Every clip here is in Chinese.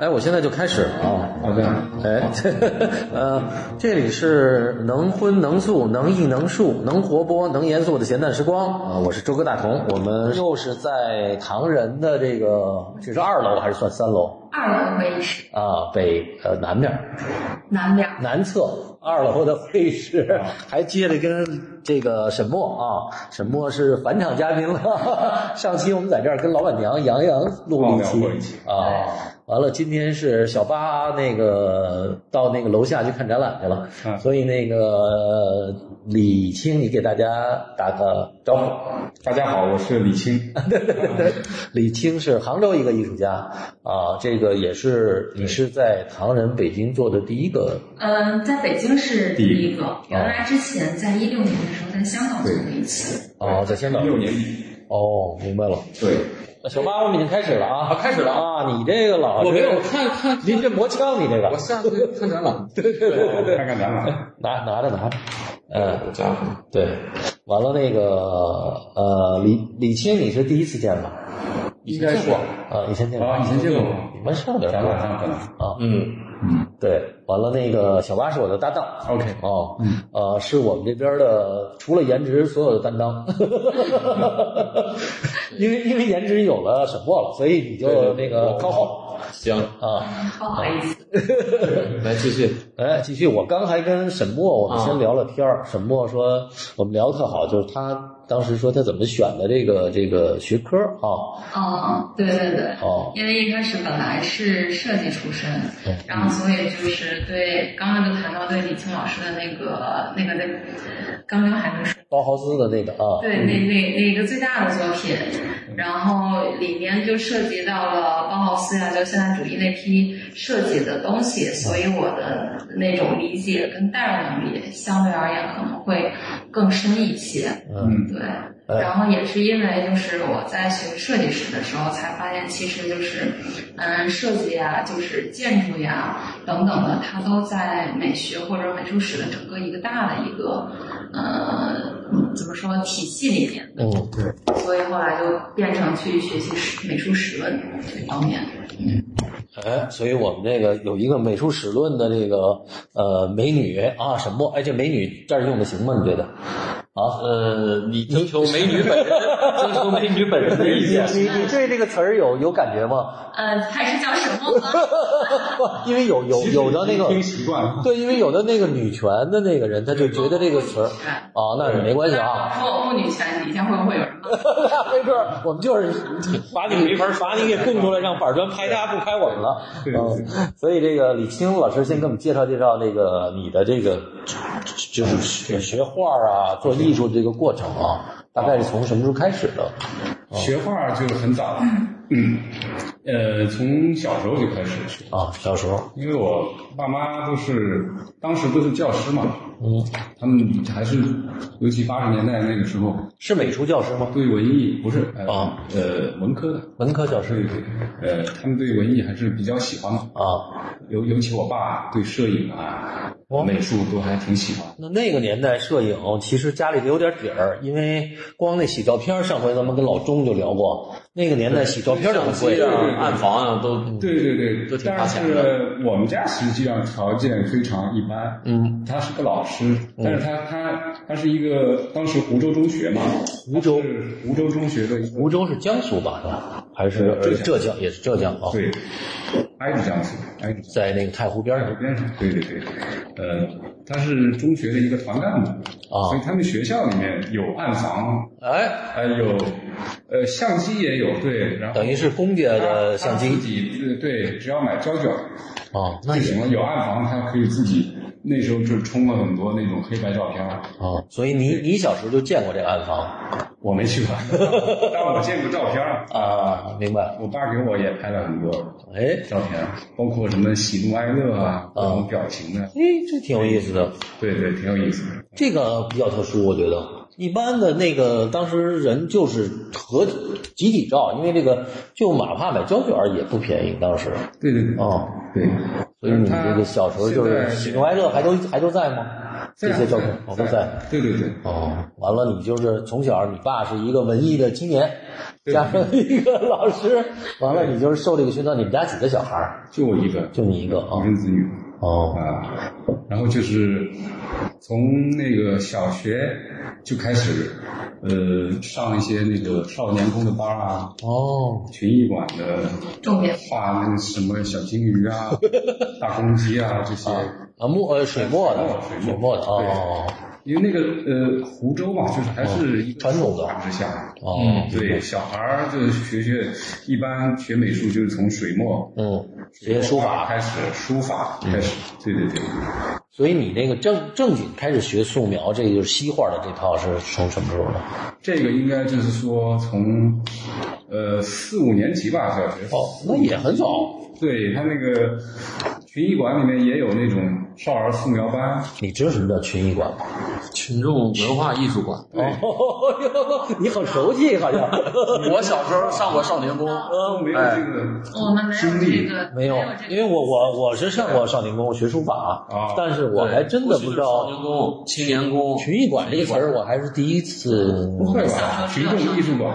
哎，我现在就开始啊，OK，哎， 呃，这里是能荤能素能艺能术能活泼能严肃的闲淡时光啊、我是周哥大同，我们又是在唐人的这个，这是二楼还是算三楼二楼会议室啊？北呃南面儿南边儿，南侧二楼的会议室，啊还接着跟这个沈墨啊，沈墨是返场嘉宾了。 上期我们在这儿跟老板娘杨洋录了哦聊过一一期期啊，完了今天是小八那个到那个楼下去看展览去了，嗯所以那个呃李青，你给大家打个招呼。大家好，我是李青。李青是杭州一个艺术家啊，这个也是你是在唐人北京做的第一个嗯、在北京是第一哦个，第一个原来之前在一六年的时候在香港做过一期，啊，在香港六年底，哦，明白了。对，小八，我们已经开始了啊！啊开始了啊！你这个老我没有看看，您这磨枪，你这我个下次看展览。看看展览。拿拿着拿着，嗯，家伙，对，完了那个呃，李李青，你是第一次见吧？应该说，啊，以前见过，啊，以前见过吗？你们上点展览上可能。啊，嗯，嗯对，完了那个小八是我的搭档， ，OK，哦，嗯呃，是我们这边的除了颜值所有的担当， 因为因为颜值有了沈墨了，所以你就那个靠后行，啊。不嗯好意思，来继续。哎，继续。我刚还跟沈墨，我们先聊了天儿。沈墨说，我们聊得特好，就是他当时说他怎么选的这个这个学科啊，哦，对对对，哦因为一开始本来是设计出身，然后所以就是对，刚刚就谈到对李青老师的那个那个那，刚刚还没说。包豪斯的那个啊，对，那那那个最大的作品，然后里面就涉及到了包豪斯呀，就现代主义那批设计的东西，所以我的那种理解跟代入能力相对而言可能会更深一些。嗯，对，哎然后也是因为就是我在学设计史的时候才发现，其实就是嗯，设计啊，就是建筑呀、等等的，它都在美学或者美术史的整个一个大的一个呃怎么说体系里面，嗯，所以后来就变成去学习史美术史论这方面。哎，所以我们这个有一个美术史论的这个呃美女啊，沈墨，哎，这美女这儿用的行吗？你觉得？啊，呃，你征求美女本人，征求美女本人的意见。你你对这个词儿有有感觉吗？呃，还是叫什 么呢？不，因为有有有的那个听习惯了。对，因为有的那个女权的那个人，他就觉得这个词儿啊，那你没关系啊。 说妇女权底下会不会有人骂？没准儿我们就是把你没法儿把你给供出来，让板砖拍他，不拍我们了。对嗯，所以这个李青老师先给我们介绍介绍这个你的这个就是学学画儿啊，做艺术的这个过程啊，大概是从什么时候开始的？学画就很早，哦嗯，呃，从小时候就开始学，啊，小时候，因为我爸妈都是当时都是教师嘛，嗯，他们还是尤其八十年代那个时候，是美术教师吗？对文艺不是呃啊呃文科的，文科教所以师呃他们对文艺还是比较喜欢嘛，啊，尤尤其我爸对摄影啊、哦美术都还挺喜欢。 那那个年代摄影其实家里得有点底儿，因为光那洗照片儿，上回咱们跟老钟就聊过，那个年代洗照片儿就很贵对啊对，对暗房啊，都对对对，都挺花但钱的。是我们家实际上条件非常一般。嗯，他是个老师，但是他他他是一个当时湖州中学嘛，湖州他是湖州中学的一个湖州是江苏吧，是吧？还是浙江浙江？也是浙江啊、对，挨着江苏，挨着江苏在那个太湖边上。边上。对对对，呃，他是中学的一个团干部，啊所以他们学校里面有暗房，哎，呃有呃相机也有，对，然后等于是公家的他呃相自机己对对，只要买胶卷啊，那就也行了，有暗房他可以自己。那时候就冲了很多那种黑白照片儿，啊，所以你你小时候就见过这个暗房我没 去过，但我见过照片儿。啊？明白？我爸给我也拍了很多哎，照片儿，包括什么喜怒哀乐啊，各啊种表情的，哎，这挺有意思的，对对，挺有意思的。这个比较特殊，我觉得。一般的那个当时人就是合集体照，因为这个就哪怕买胶卷儿也不便宜，当时对对对哦。对，所以你这个小时候就现在是喜怒哀乐还都还都在吗？这些照片在哦都在。对对对，哦，完了，你就是从小你爸是一个文艺的青年，对加上一个老师，完了你就是受这个熏陶。你们家几个小孩儿？就我一个就你一个啊独？生子女哦，啊，然后就是从那个小学就开始，呃，上一些那个少年宫的班儿啊，哦，群艺馆的重点画那个什么小金鱼啊、大公鸡啊这些，啊墨呃水墨的，水墨水墨的对哦因为那个呃湖州嘛，就是还是一个传统的文化之下。哦，嗯对，小孩儿就是学学，一般学美术就是从水墨、嗯，职业书法。嗯开始，书法开始。对对对，所以你那个正正经开始学素描，这就是西画的这套是从什么时候呢？这个应该就是说从呃四五年级吧，小学。哦，那也很早。对他那个群艺馆里面也有那种少儿素描班，你知道什么叫群艺馆吗？群众文化艺术馆。哦， 你很熟悉，好像我小时候上过少年宫，都没有这个我们哎哦没有经历这个，没有有这，个因为我我我是上过少年宫学书法，啊但是我还真的不知少年道宫、青年宫、群艺馆这个词儿，我还是第一次。不会吧？群众艺术馆，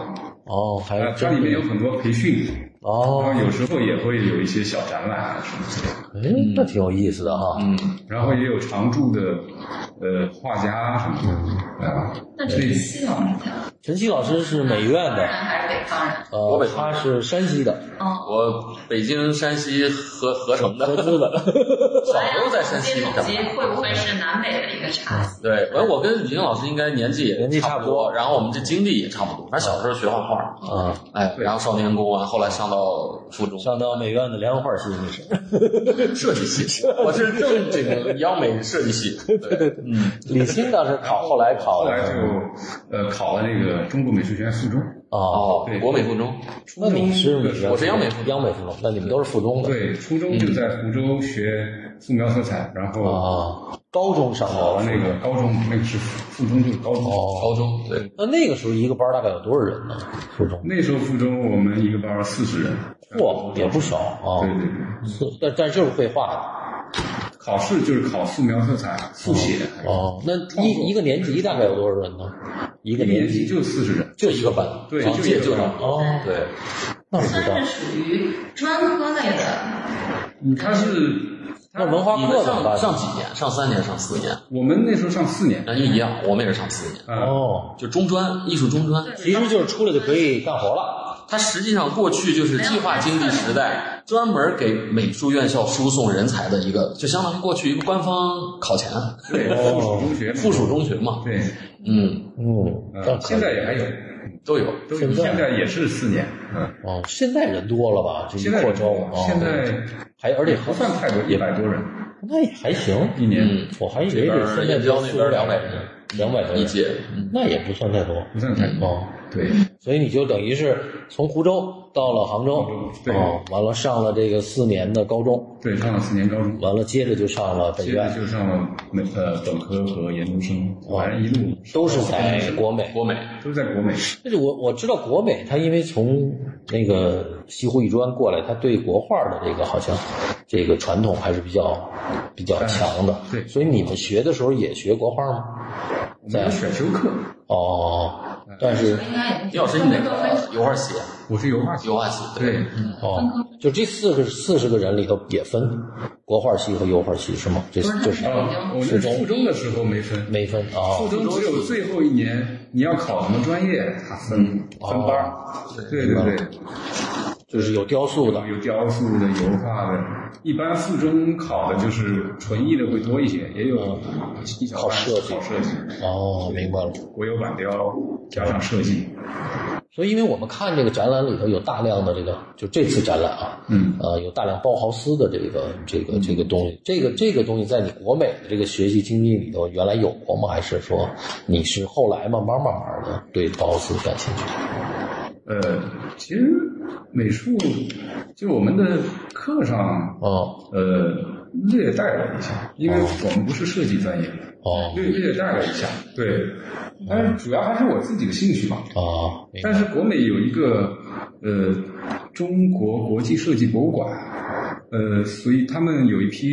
哦，还呃，它真嗯里面有很多培训，然哦，后有时候也会有一些小展览啊什么之类的。哎，那挺有意思的哈。嗯，然后也有常驻的呃画家什么的啊。那这是西老师的，陈曦老师是美北院方的，人还是嗯北方人？呃，我北他是山西的，哦，我北京、山西合合成的，合资的。 小时候在山西统长计大。会不会是南北的一个差别？对，完我跟李英老师应该年纪也年纪差差不不多多，然后我们这经历也差不多。反正小时候学画画，啊，哎，然后少年宫啊，后来上到附中上到美院的连环画系，你是？设计系， 我是正经央美设计系。对，嗯，李欣当时考，后来考后的来就呃考了那个中国美术学院附中，哦，哦，国美附中，那你是美院我是央美附中央美附中，那你们都是附中的对，初中就在嗯湖州学素描色彩，然后啊？哦高中上考的了那个高中，那个是附中就是高中。哦，高中对，那那个时候一个班大概有多少人呢？附中？那时候附中我们一个班四十人，嚯，也不少啊对。对对，是，但但就是会画考试就是考素描色彩速写，的哦。那一一个年级大概有多少人呢？一一个个年级级就四十人，就一个班。对，就一就个班。哦，对，那不知道它。是属于专科类的，他是嗯那文化你课们怎么上办？上几年？上三年，上四年，我们那时候上四年，那就一样，我们也是上四年，啊，哦，就中专艺术中专。嗯其实就是出来就可以干活了。它实际上过去就是计划经济时代专门给美术院校输送人才的一个，就相当于过去一个官方考前对，附属中学嘛，附属中学嘛。对，嗯，嗯，呃那可以现在也还有，都有。都现有，在现在也是四年，嗯，哦，现在人多了吧？这一现在扩招，哦现在还而且不算太多，一百多人那也还行，一年，嗯，我还以为得现在就四五两百人，两百多一人，届，嗯那也不算太多不算太多。哦。对，所以你就等于是从湖州到了杭州杭州，对哦，完了上了这个四年的高中，对，上了四年高中，完了接着就上了北接着院，就上了美呃本科和研究生，哦反正一路都是在国美。国美，都在国美。但是我我知道国美，它因为从那个西湖艺专过来，它对国画的这个好像这个传统还是比较比较强的。嗯对所以你们学的时候也学国画吗？我们有选修课，哦，嗯但是应该也李老师，你哪个油画系啊？我是油画系油，画系，对，对，嗯哦，就这四个四十个人里头也分国画系和油画系是吗？这不是就是他啊，我是附中的时候没分，没分附哦，中只有最后一年你要考什么专业，它分嗯分班儿。哦对对对，就是有雕塑的有雕塑的、油画的。一般附中考的就是纯艺的会多一些，也有一小半考设计考设计，哦，明白了。国有板雕加上设计。所以，因为我们看这个展览里头有大量的这个，就这次展览啊，嗯，呃，有大量包豪斯的这个这个这个东西，这个这个东西在你国美的这个学习经历里头，原来有过吗？还是说你是后来慢慢慢慢的对包豪斯感兴趣？呃，其实美术就我们的课上，哦呃，略带了一下，因为我们不是设计专业，哦略略带了一下。对，但是主要还是我自己的兴趣吧。啊，明白但是国美有一个呃中国国际设计博物馆，呃，所以他们有一批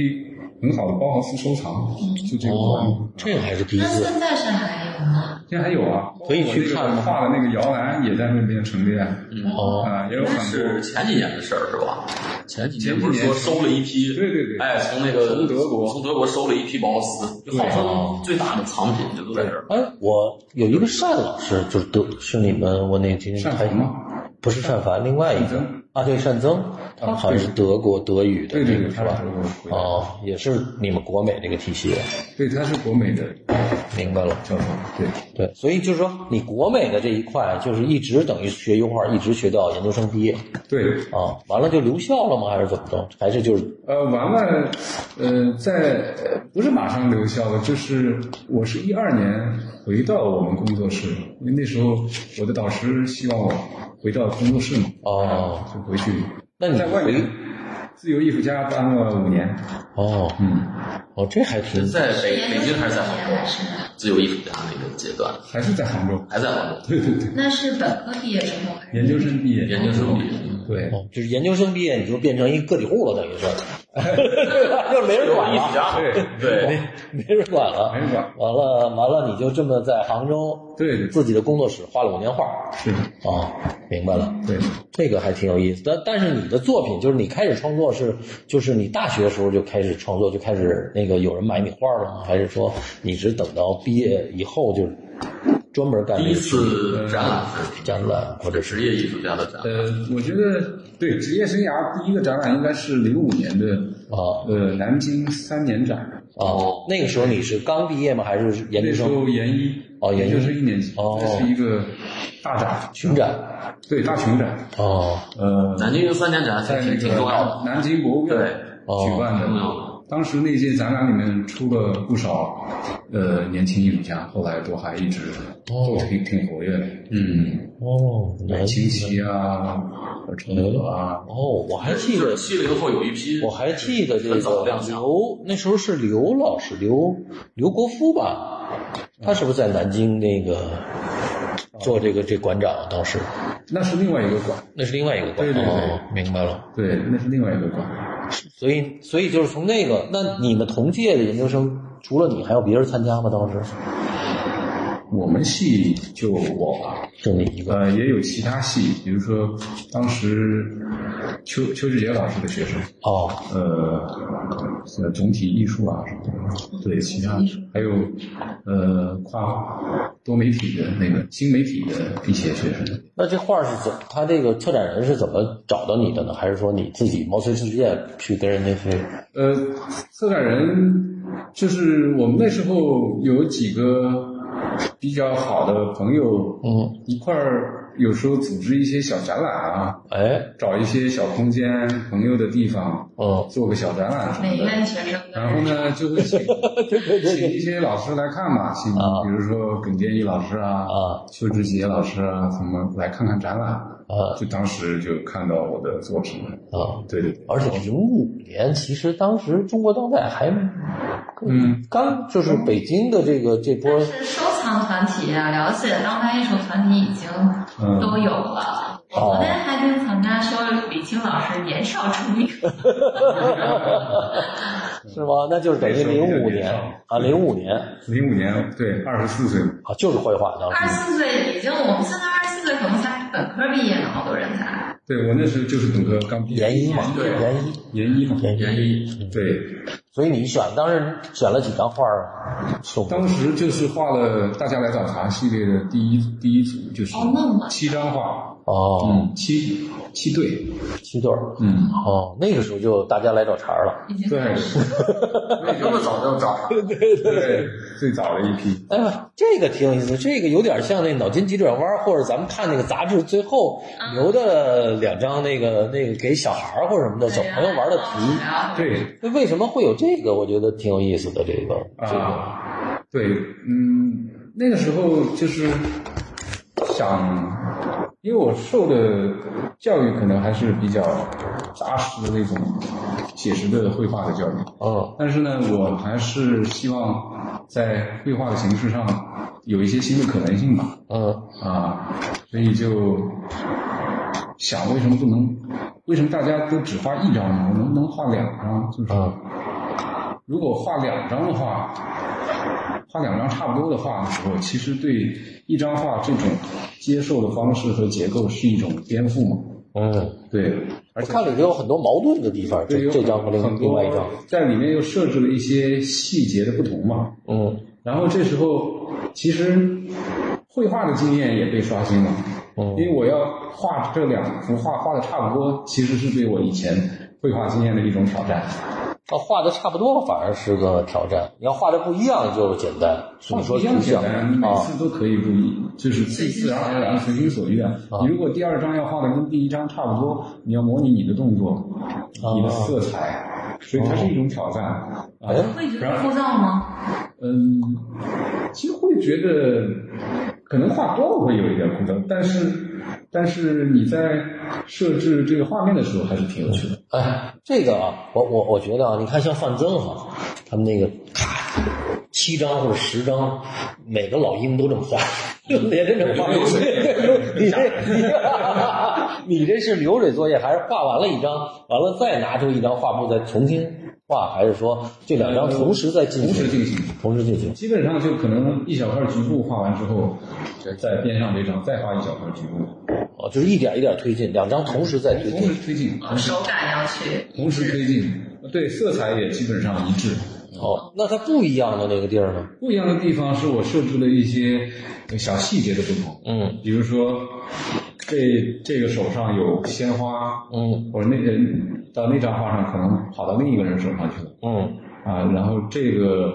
很好的包含式收藏，嗯就这个方面。哦，这个还是第一那次。现在是还有吗？现在还有啊，可以去看吗我那个画的那个摇篮也在那边陈列啊，哦，啊，也有那很是多。前几年的事儿是吧？前几前年几不是年说收了一批，对对对哎，从那个从德国从德国收了一批宝丝，就号称最大的藏品就都在这儿。哎，我有一个单老师，就是都是你们我那天善还恒吗？不是单凡，另外一个嗯善啊，对，单增，他好像是德国德语的对那对个对，嗯是他吧是？回来，哦，也是你们国美那个体系，对，他是国美的明白了。教授，对，对，所以就是说，你国美的这一块，就是一直等于学油画，一直学到研究生毕业对，啊，完了就留校了吗？还是怎么着？还是就是呃，完了，呃，在呃不是马上留校了，就是我是一二年回到我们工作室，因为那时候我的导师希望我回到工作室嘛，哦啊就回去。那你在外面自由艺术家当了五年，哦嗯，哦，这还挺是在北研究北京还是在生毕业杭还州？是？自由艺术家那个阶段还是在杭州，还在杭州，对对对，那是本科毕业之后还是？研究生毕业，研究生毕业，对，哦，就是研究生毕业你就变成一个体户了，等于是， 对吧？就没人管艺术啊了，家对对，没人管了，没人管完了完了，你就这么在杭州对对自己的工作室画了五年画是的，啊，明白了。对，这个还挺有意思，但但是你的作品就是你开始创作是，就是你大学的时候就开始创作，就开始那个有人买你画了吗？还是说你只等到毕业以后就专门干第这一个事情次展览展览或者是职业艺术家的展览，呃，我觉得对职业生涯第一个展览应该是零五年的，啊呃，南京三年展，啊？哦那个时候你是刚毕业吗？还是研那究时生候研一，哦研一究生一年级，哦这是一个大展，群展？对大群展，哦呃，南京三年展在还那挺挺重要个的，南京博物院对哦举办重要的。当时那届展览里面出了不少，呃，年轻艺术家，后来都还一直哦都挺挺活跃的，嗯，哦，南秦琪啊，陈德啊，哦，我还记就得是七零后有一批，我还记得这很早个亮相刘，那时候是刘老师，刘刘国夫吧？他是不是在南京那个啊做这个这馆长？当时那是另外一个馆，那是另外一个馆对对对哦，明白了。对，那是另外一个馆。所以所以就是从那个，那你们同届的研究生，除了你还有别人参加吗？当时我们系就我吧，就你一个呃，也有其他系，比如说当时邱邱志杰老师的学生，哦呃，呃总体艺术啊什么的，对，其他还有呃跨多媒体的那个新媒体的一些学生，那这画是怎？他这个策展人是怎么找到你的呢？还是说你自己毛遂自荐去跟人家去？呃，策展人就是我们那时候有几个比较好的朋友，嗯，一块儿有时候组织一些小展览啊，哎，找一些小空间、朋友的地方，嗯，做个小展览什美么的。院学生的然后呢，就 会请请一些老师来看嘛，请啊比如说耿建义老师啊、啊邱志杰老师啊，什么来看看展览。啊就当时就看到我的作品，啊。对对对，而且零五年，其实当时中国当代还，嗯，刚就是北京的这个这波，但是收藏团体啊，了解当代艺术团体已经嗯都有了。哦我昨天还跟藏家说，李青老师年少出 名，嗯是吗？那就是等于零五年啊，零五年零五年对，二十四岁，啊，就是绘画当二十时四岁已经，我们现在二十四岁可能才本科毕业呢，好多人才。对我那时候就是本科刚毕业，研一嘛，对研一研一嘛，研研一对，所以你选当时选了几张画儿送当时就是画了《大家来找茬》系列的第一第一组，就是哦那么七张画，哦，嗯，七七对，七对儿嗯，哦，那个时候就大家来找茬儿了。已经对开始那么早就找上，对，最早的一批，哎呀，这个挺有意思，这个有点像那脑筋急转弯，或者咱们看那个杂志最后留的两张那个那个给小孩儿或者什么的小朋友玩的题。啊对那为什么会有这个？我觉得挺有意思的这个这个啊，对，嗯，那个时候就是想，因为我受的教育可能还是比较扎实的那种写实的绘画的教育，嗯但是呢，我还是希望在绘画的形式上有一些新的可能性吧。嗯啊，所以就想为什么不能，为什么大家都只画一张呢？我能不能画两张？就是嗯如果画两张的话，画两张差不多的画的时候，其实对一张画这种接受的方式和结构是一种颠覆嘛。嗯，对，我而且看里面有很多矛盾的地方，对这有这张和很另另多外一张，在里面又设置了一些细节的不同嘛。嗯然后这时候，其实绘画的经验也被刷新了，嗯因为我要画这两幅画画的差不多，其实是对我以前绘画经验的一种挑战。啊，画的差不多反而是个挑战，你要画的不一样就简单，是你说一样图简像单，你每啊，次都可以不一，就是自自然而然、随心所欲啊。你如果第二张要画的跟第一张差不多，你要模拟你的动作、你的色彩，所以它是一种挑战啊。会觉然得后枯燥吗？嗯，其实会觉得可能画多了会有一点枯燥，但是但是你在设置这个画面的时候还是挺有趣的。哎，这个啊，我我我觉得啊，你看像范增哈，他们那个咔七张或者十张，每个老鹰都这么画，连着这么画，流水你这你这是流水作业，还是画完了一张，完了再拿出一张画布再重新画，还是说这两张同时在进行？呃同时进行，同时进行。基本上就可能一小块局部画完之后，在边上这张再画一小块局部，哦，就是一点一点推进，两张同时在推同进。时推进，同时手感要去，同时推进，对色彩也基本上一致。哦，那它不一样的那个地儿呢？不一样的地方是我设置了一些小细节的不同，嗯比如说这这个手上有鲜花，嗯我那人到那张画上可能跑到另一个人手上去了嗯啊，然后这个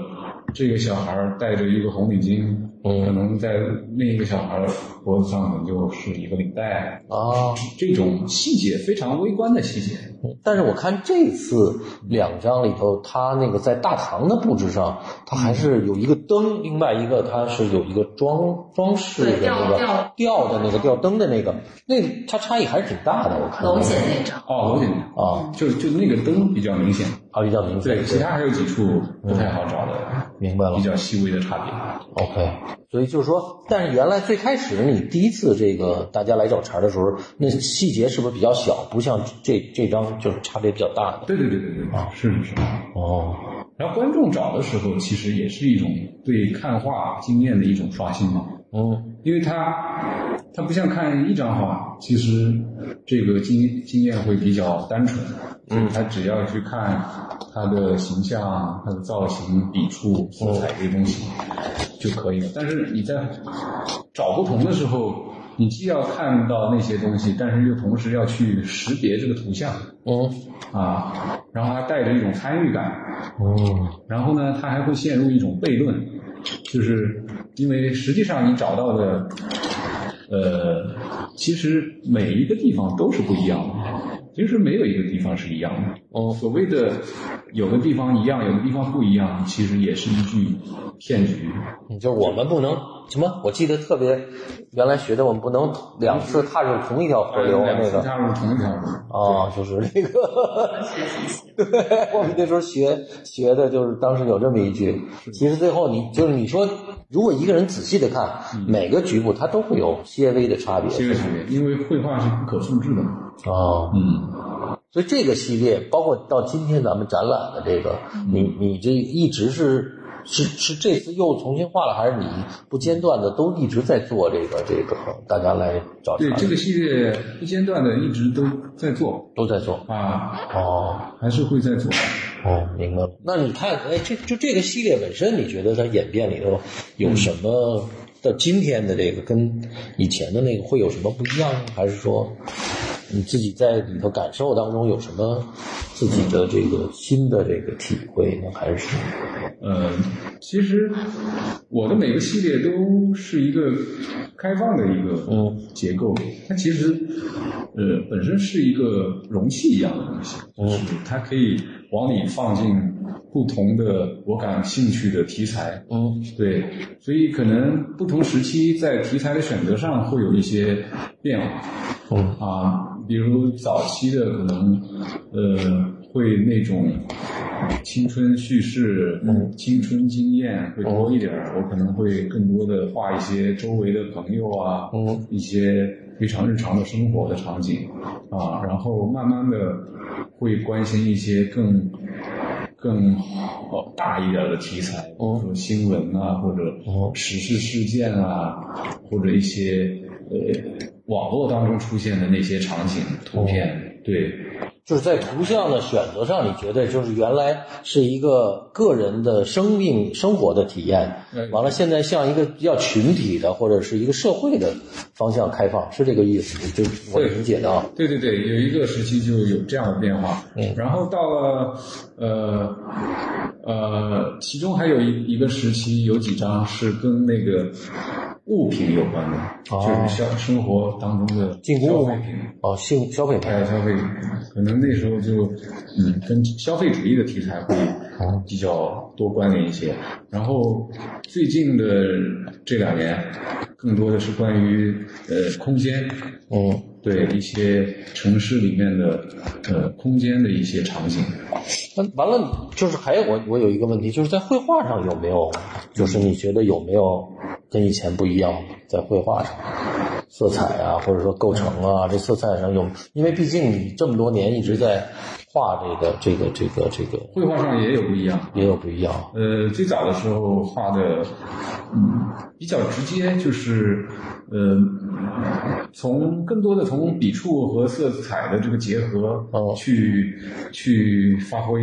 这个小孩儿戴着一个红领巾，嗯可能在另一个小孩儿脖子上可能就是一个领带，啊。这种细节非常微观的细节，哦但是我看这次两张里头，它那个在大堂的布置上，它还是有一个灯，另外一个它是有一个装装饰的对那个吊吊的那个吊灯的那个，那它差异还是挺大的。我看楼姐那张，哦，楼顶啊就就那个灯比较明显，啊比较明显，对，其他还有几处不太好找的，明白了比。较细微的差别。 OK，所以就是说，但是原来最开始你第一次这个大家来找茬的时候，那细节是不是比较小？不像这这张就是差别比较大的。对对对对对，是是是。哦，啊然后观众找的时候，其实也是一种对看画经验的一种刷新嘛，嗯因为它它不像看一张画，其实这个经经验会比较单纯，嗯，他只要去看它的形象、它的造型、笔触、色彩这些东西就可以了。但是你在找不同的时候，你既要看到那些东西，但是又同时要去识别这个图像嗯啊，然后还带着一种参与感，嗯然后呢，它还会陷入一种悖论，就是因为实际上你找到的，呃，其实每一个地方都是不一样的，其实没有一个地方是一样的。哦所谓的有的地方一样，有的地方不一样，其实也是一句骗局。嗯，就是我们不能什么？我记得特别原来学的，我们不能两次踏入同一条河流两那次个。踏入同一条路。啊，就是那个，对，我们那时候学学的就是当时有这么一句，其实最后你就是你说，如果一个人仔细的看，嗯每个局部它都会有些微的差别，这个差别，因为绘画是不可复制的。啊，嗯，所以这个系列包括到今天咱们展览的这个，嗯你你这一直是。是是，这次又重新画了，还是你不间断的都一直在做这个这个？大家来找茬对，这个系列不间断的一直都在做都在做啊，哦。还是会在做。哦，明白了。那你看，哎，这就这个系列本身，你觉得它演变里头有什么？到今天的这个跟以前的那个会有什么不一样吗？还是说你自己在里头感受当中有什么自己的这个新的这个体会呢？还是呃，其实我的每个系列都是一个开放的一个嗯结构，它其实呃本身是一个容器一样的东西，就是它可以往里放进不同的我感兴趣的题材，嗯对，所以可能不同时期在题材的选择上会有一些变化。嗯啊，比如早期的可能呃会那种青春叙事、嗯、青春经验会多一点儿，我可能会更多的画一些周围的朋友啊，嗯一些非常日常的生活的场景啊，然后慢慢的会关心一些更更哦大一点的题材，比如说新闻啊，或者时事事件啊，或者一些呃网络当中出现的那些场景图片，对，就是在图像的选择上，你觉得就是原来是一个个人的生命生活的体验，完了现在向一个比较群体的或者是一个社会的方向开放，是这个意思？就我理解的啊。对对对，有一个时期就有这样的变化，嗯然后到了呃呃，其中还有一一个时期有几张是跟那个物品有关的，哦就是消生活当中的进消攻费吗品。？哦，性消费品。哎，消费可能那时候就，嗯，跟消费主义的题材会哦比较多关联一些。然后最近的这两年，更多的是关于呃空间，嗯，对一些城市里面的呃空间的一些场景。那完了，就是还有我我有一个问题，就是在绘画上有没有，就是你觉得有没有跟以前不一样？在绘画上，色彩啊，或者说构成啊，这色彩上有，因为毕竟你这么多年一直在画这个这个这个这个，绘画上也有不一样，也有不一样。啊呃，最早的时候画的，嗯，比较直接，就是，呃，从更多的从笔触和色彩的这个结合哦去、去发挥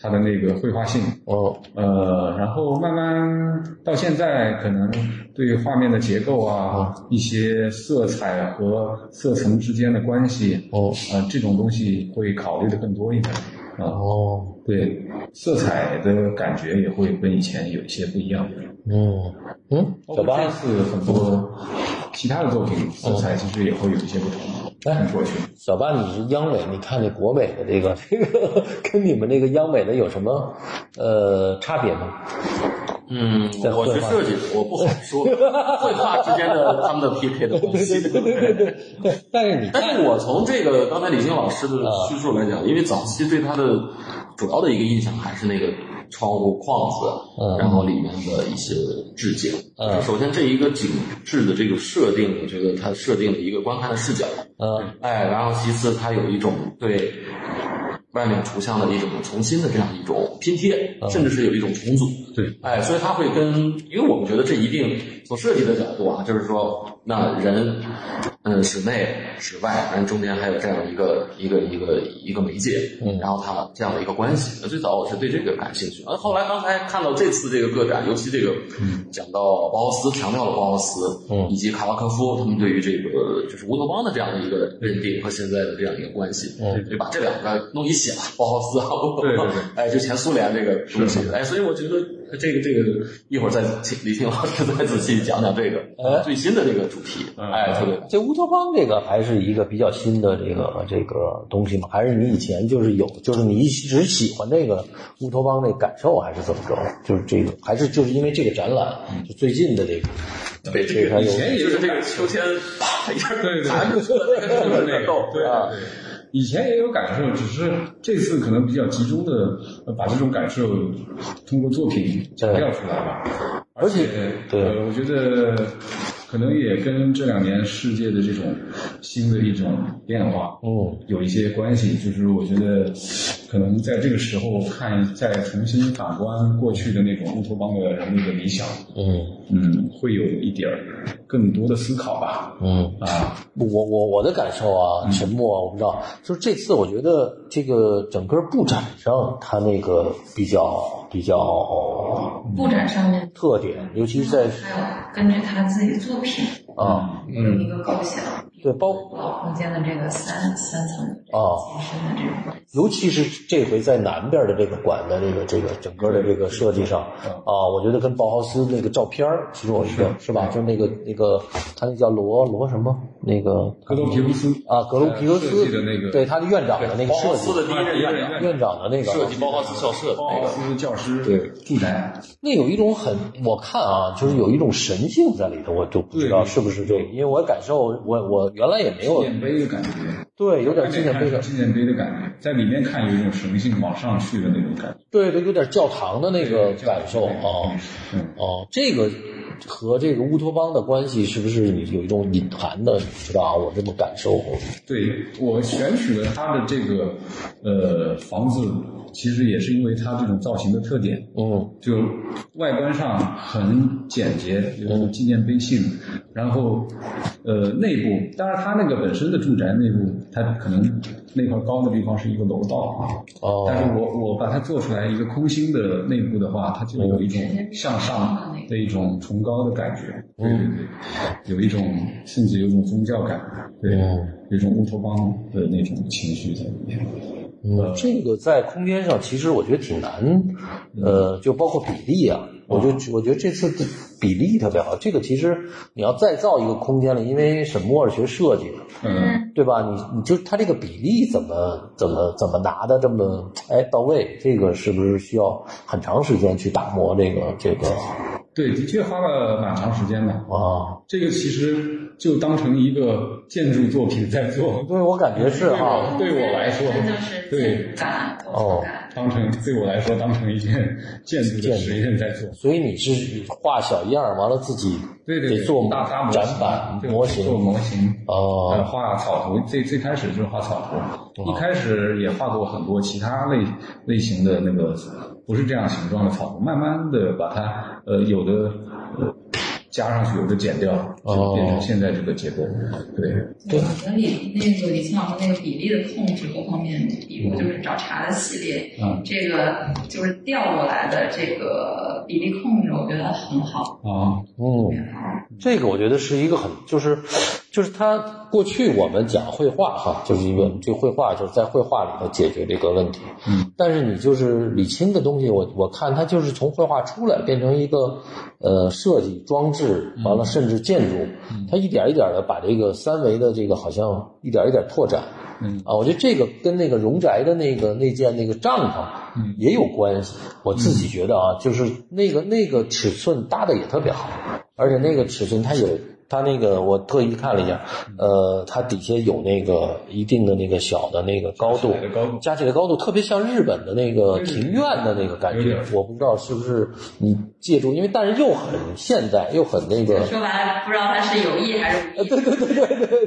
它的那个绘画性，哦，呃，然后慢慢到现在，可能对画面的结构啊，一些色彩和色层之间的关系，哦，呃，这种东西会考虑的更多一点，啊、哦，对，色彩的感觉也会跟以前有一些不一样。嗯嗯，小包括八这，次很多其他的作品，色彩其实也会有一些不同。哎看过去，小八，你是央美，你看这国美的这个这个跟你们这个央美的有什么呃差别吗？嗯，我学设计的，我不好 说绘画之间的他们的 PK 的关系。 对，但是你但是我从这个刚才李欣老师啊的叙述来讲，因为早期对他的主要的一个印象还是那个窗户框子，嗯然后里面的一些置景。嗯首先这一个景致的这个设定，这个它设定的一个观看的视角，嗯哎，然后其次它有一种对。外面图像的一种重新的这样一种拼贴，甚至是有一种重组。对，哎，所以它会跟，因为我们觉得这一定从设计的角度啊，就是说，那人，嗯，室内、室外，然后中间还有这样一个一个一个一个媒介，嗯，然后它这样的一个关系。那最早我是对这个感兴趣，而后来刚才看到这次这个个展，尤其这个讲到包豪斯，强调了包豪斯，嗯以及卡拉科夫他们对于这个就是乌托邦的这样的一个认定和现在的这样一个关系，嗯，就把这两个弄一起了，包豪斯啊，对对对。哎，就前苏联这个东西，哎，所以我觉得这个这个一会儿再请李挺老师 再仔细讲讲这个、哎最新的这个主题，嗯哎，特别这乌托邦这个还是一个比较新的这个这个东西吗？还是你以前就是有，就是你一直喜欢这个乌托邦那感受，还是怎么着？就是这个，还是就是因为这个展览，就最近的这个，对这个以前也就是是这个秋千啪一下对对弹出去了，那个那那个个对啊，对。以前也有感受，只是这次可能比较集中的把这种感受通过作品强调出来吧。而且，对呃，我觉得可能也跟这两年世界的这种新的一种变化，嗯，有一些关系。就是我觉得可能在这个时候看，再重新反观过去的那种乌托邦的人类的理想，嗯嗯，会有一点儿更多的思考吧。嗯。啊，我我我的感受啊，嗯沉默啊，我不知道。就是这次，我觉得这个整个布展上，它那个比较比较布展上面特点，尤其是在嗯还有根据他自己作品啊，嗯有一个构想，对包括空间的这个三三层的这个哦延伸的这种关系。尤其是这回在南边的这个馆的这个这个整个的这个设计上嗯啊，我觉得跟包豪斯那个照片儿其中有一个是吧？就那个嗯那个他那叫罗罗什么那个格罗皮乌斯啊格鲁皮尤设斯呃计的那个对他的院长的那个包设豪计斯的第一任院第一长任院长的那个哦设计包豪斯校舍包那豪个。斯教师对住宅，那有一种很，我看啊，就是有一种神性在里头，我就不知道对是不是这个，因为我感受，我我原来也没纪有，念碑的感觉，对，有点纪念碑看的，纪念碑的感觉，在里面看有一种神性往上去的那种感觉，对对，有点教堂的那个对感受啊，嗯，哦，这个和这个乌托邦的关系是不是有一种隐含的？你知道啊，我这么感受过。对我选取了它的这个呃房子，其实也是因为它这种造型的特点，嗯就外观上很简洁，有一种纪念碑性。然后呃内部，当然它那个本身的住宅内部，它可能那块高的地方是一个楼道啊，哦，但是我我把它做出来一个空心的内部的话，它就有一种向上的一种崇高的感觉，对对对，有一种甚至有一种宗教感，对，有一种乌托邦的那种情绪在里面。嗯，这个在空间上其实我觉得挺难，呃，就包括比例啊，我就我觉得这次的比例特别好。这个其实你要再造一个空间了，因为沈墨是学设计的，嗯，对吧？你你就它这个比例怎么怎么怎么拿的这么哎到位，这个是不是需要很长时间去打磨这个这个对，的确花了蛮长时间的。啊？这个其实就当成一个建筑作品在做，对，我感觉是对啊，我对我来说这就是，对情感哦同感。当成对我来说当成一件建筑的实验在做。所以你是画小样儿，完了自己对对对，得做大大模型展板对模型做模型哦呃画草图，最最开始就是画草图，一开始也画过很多其他类类型的那个不是这样形状的草图，慢慢的把它呃有的呃加上去，有的剪掉，就哦变成现在这个结构。对，我觉得你那个李清老师那个比例的控制各方面，比如就是找茬的系列，嗯这个就是调过来的这个比例控制，我觉得很好。啊，嗯，这个我觉得是一个很，就是，就是他过去我们讲绘画哈，就是一个就绘画就是在绘画里头解决这个问题。嗯，但是你就是李青的东西，我我看他就是从绘画出来变成一个呃设计装置，完嗯了甚至建筑，他一点一点的把这个三维的这个好像一点一点拓展。嗯啊，我觉得这个跟那个荣宅的那个那件那个帐篷，嗯也有关系。我自己觉得啊，就是那个那个尺寸搭的也特别好，而且那个尺寸它有它那个我特意看了一下，呃，它底下有那个一定的那个小的那个高度加起来的高度，加起来高度特别像日本的那个庭院的那个感有觉点。我不知道是不是你借助，因为但是又很现代，又很那个。说白了，不知道他是有意还是无意。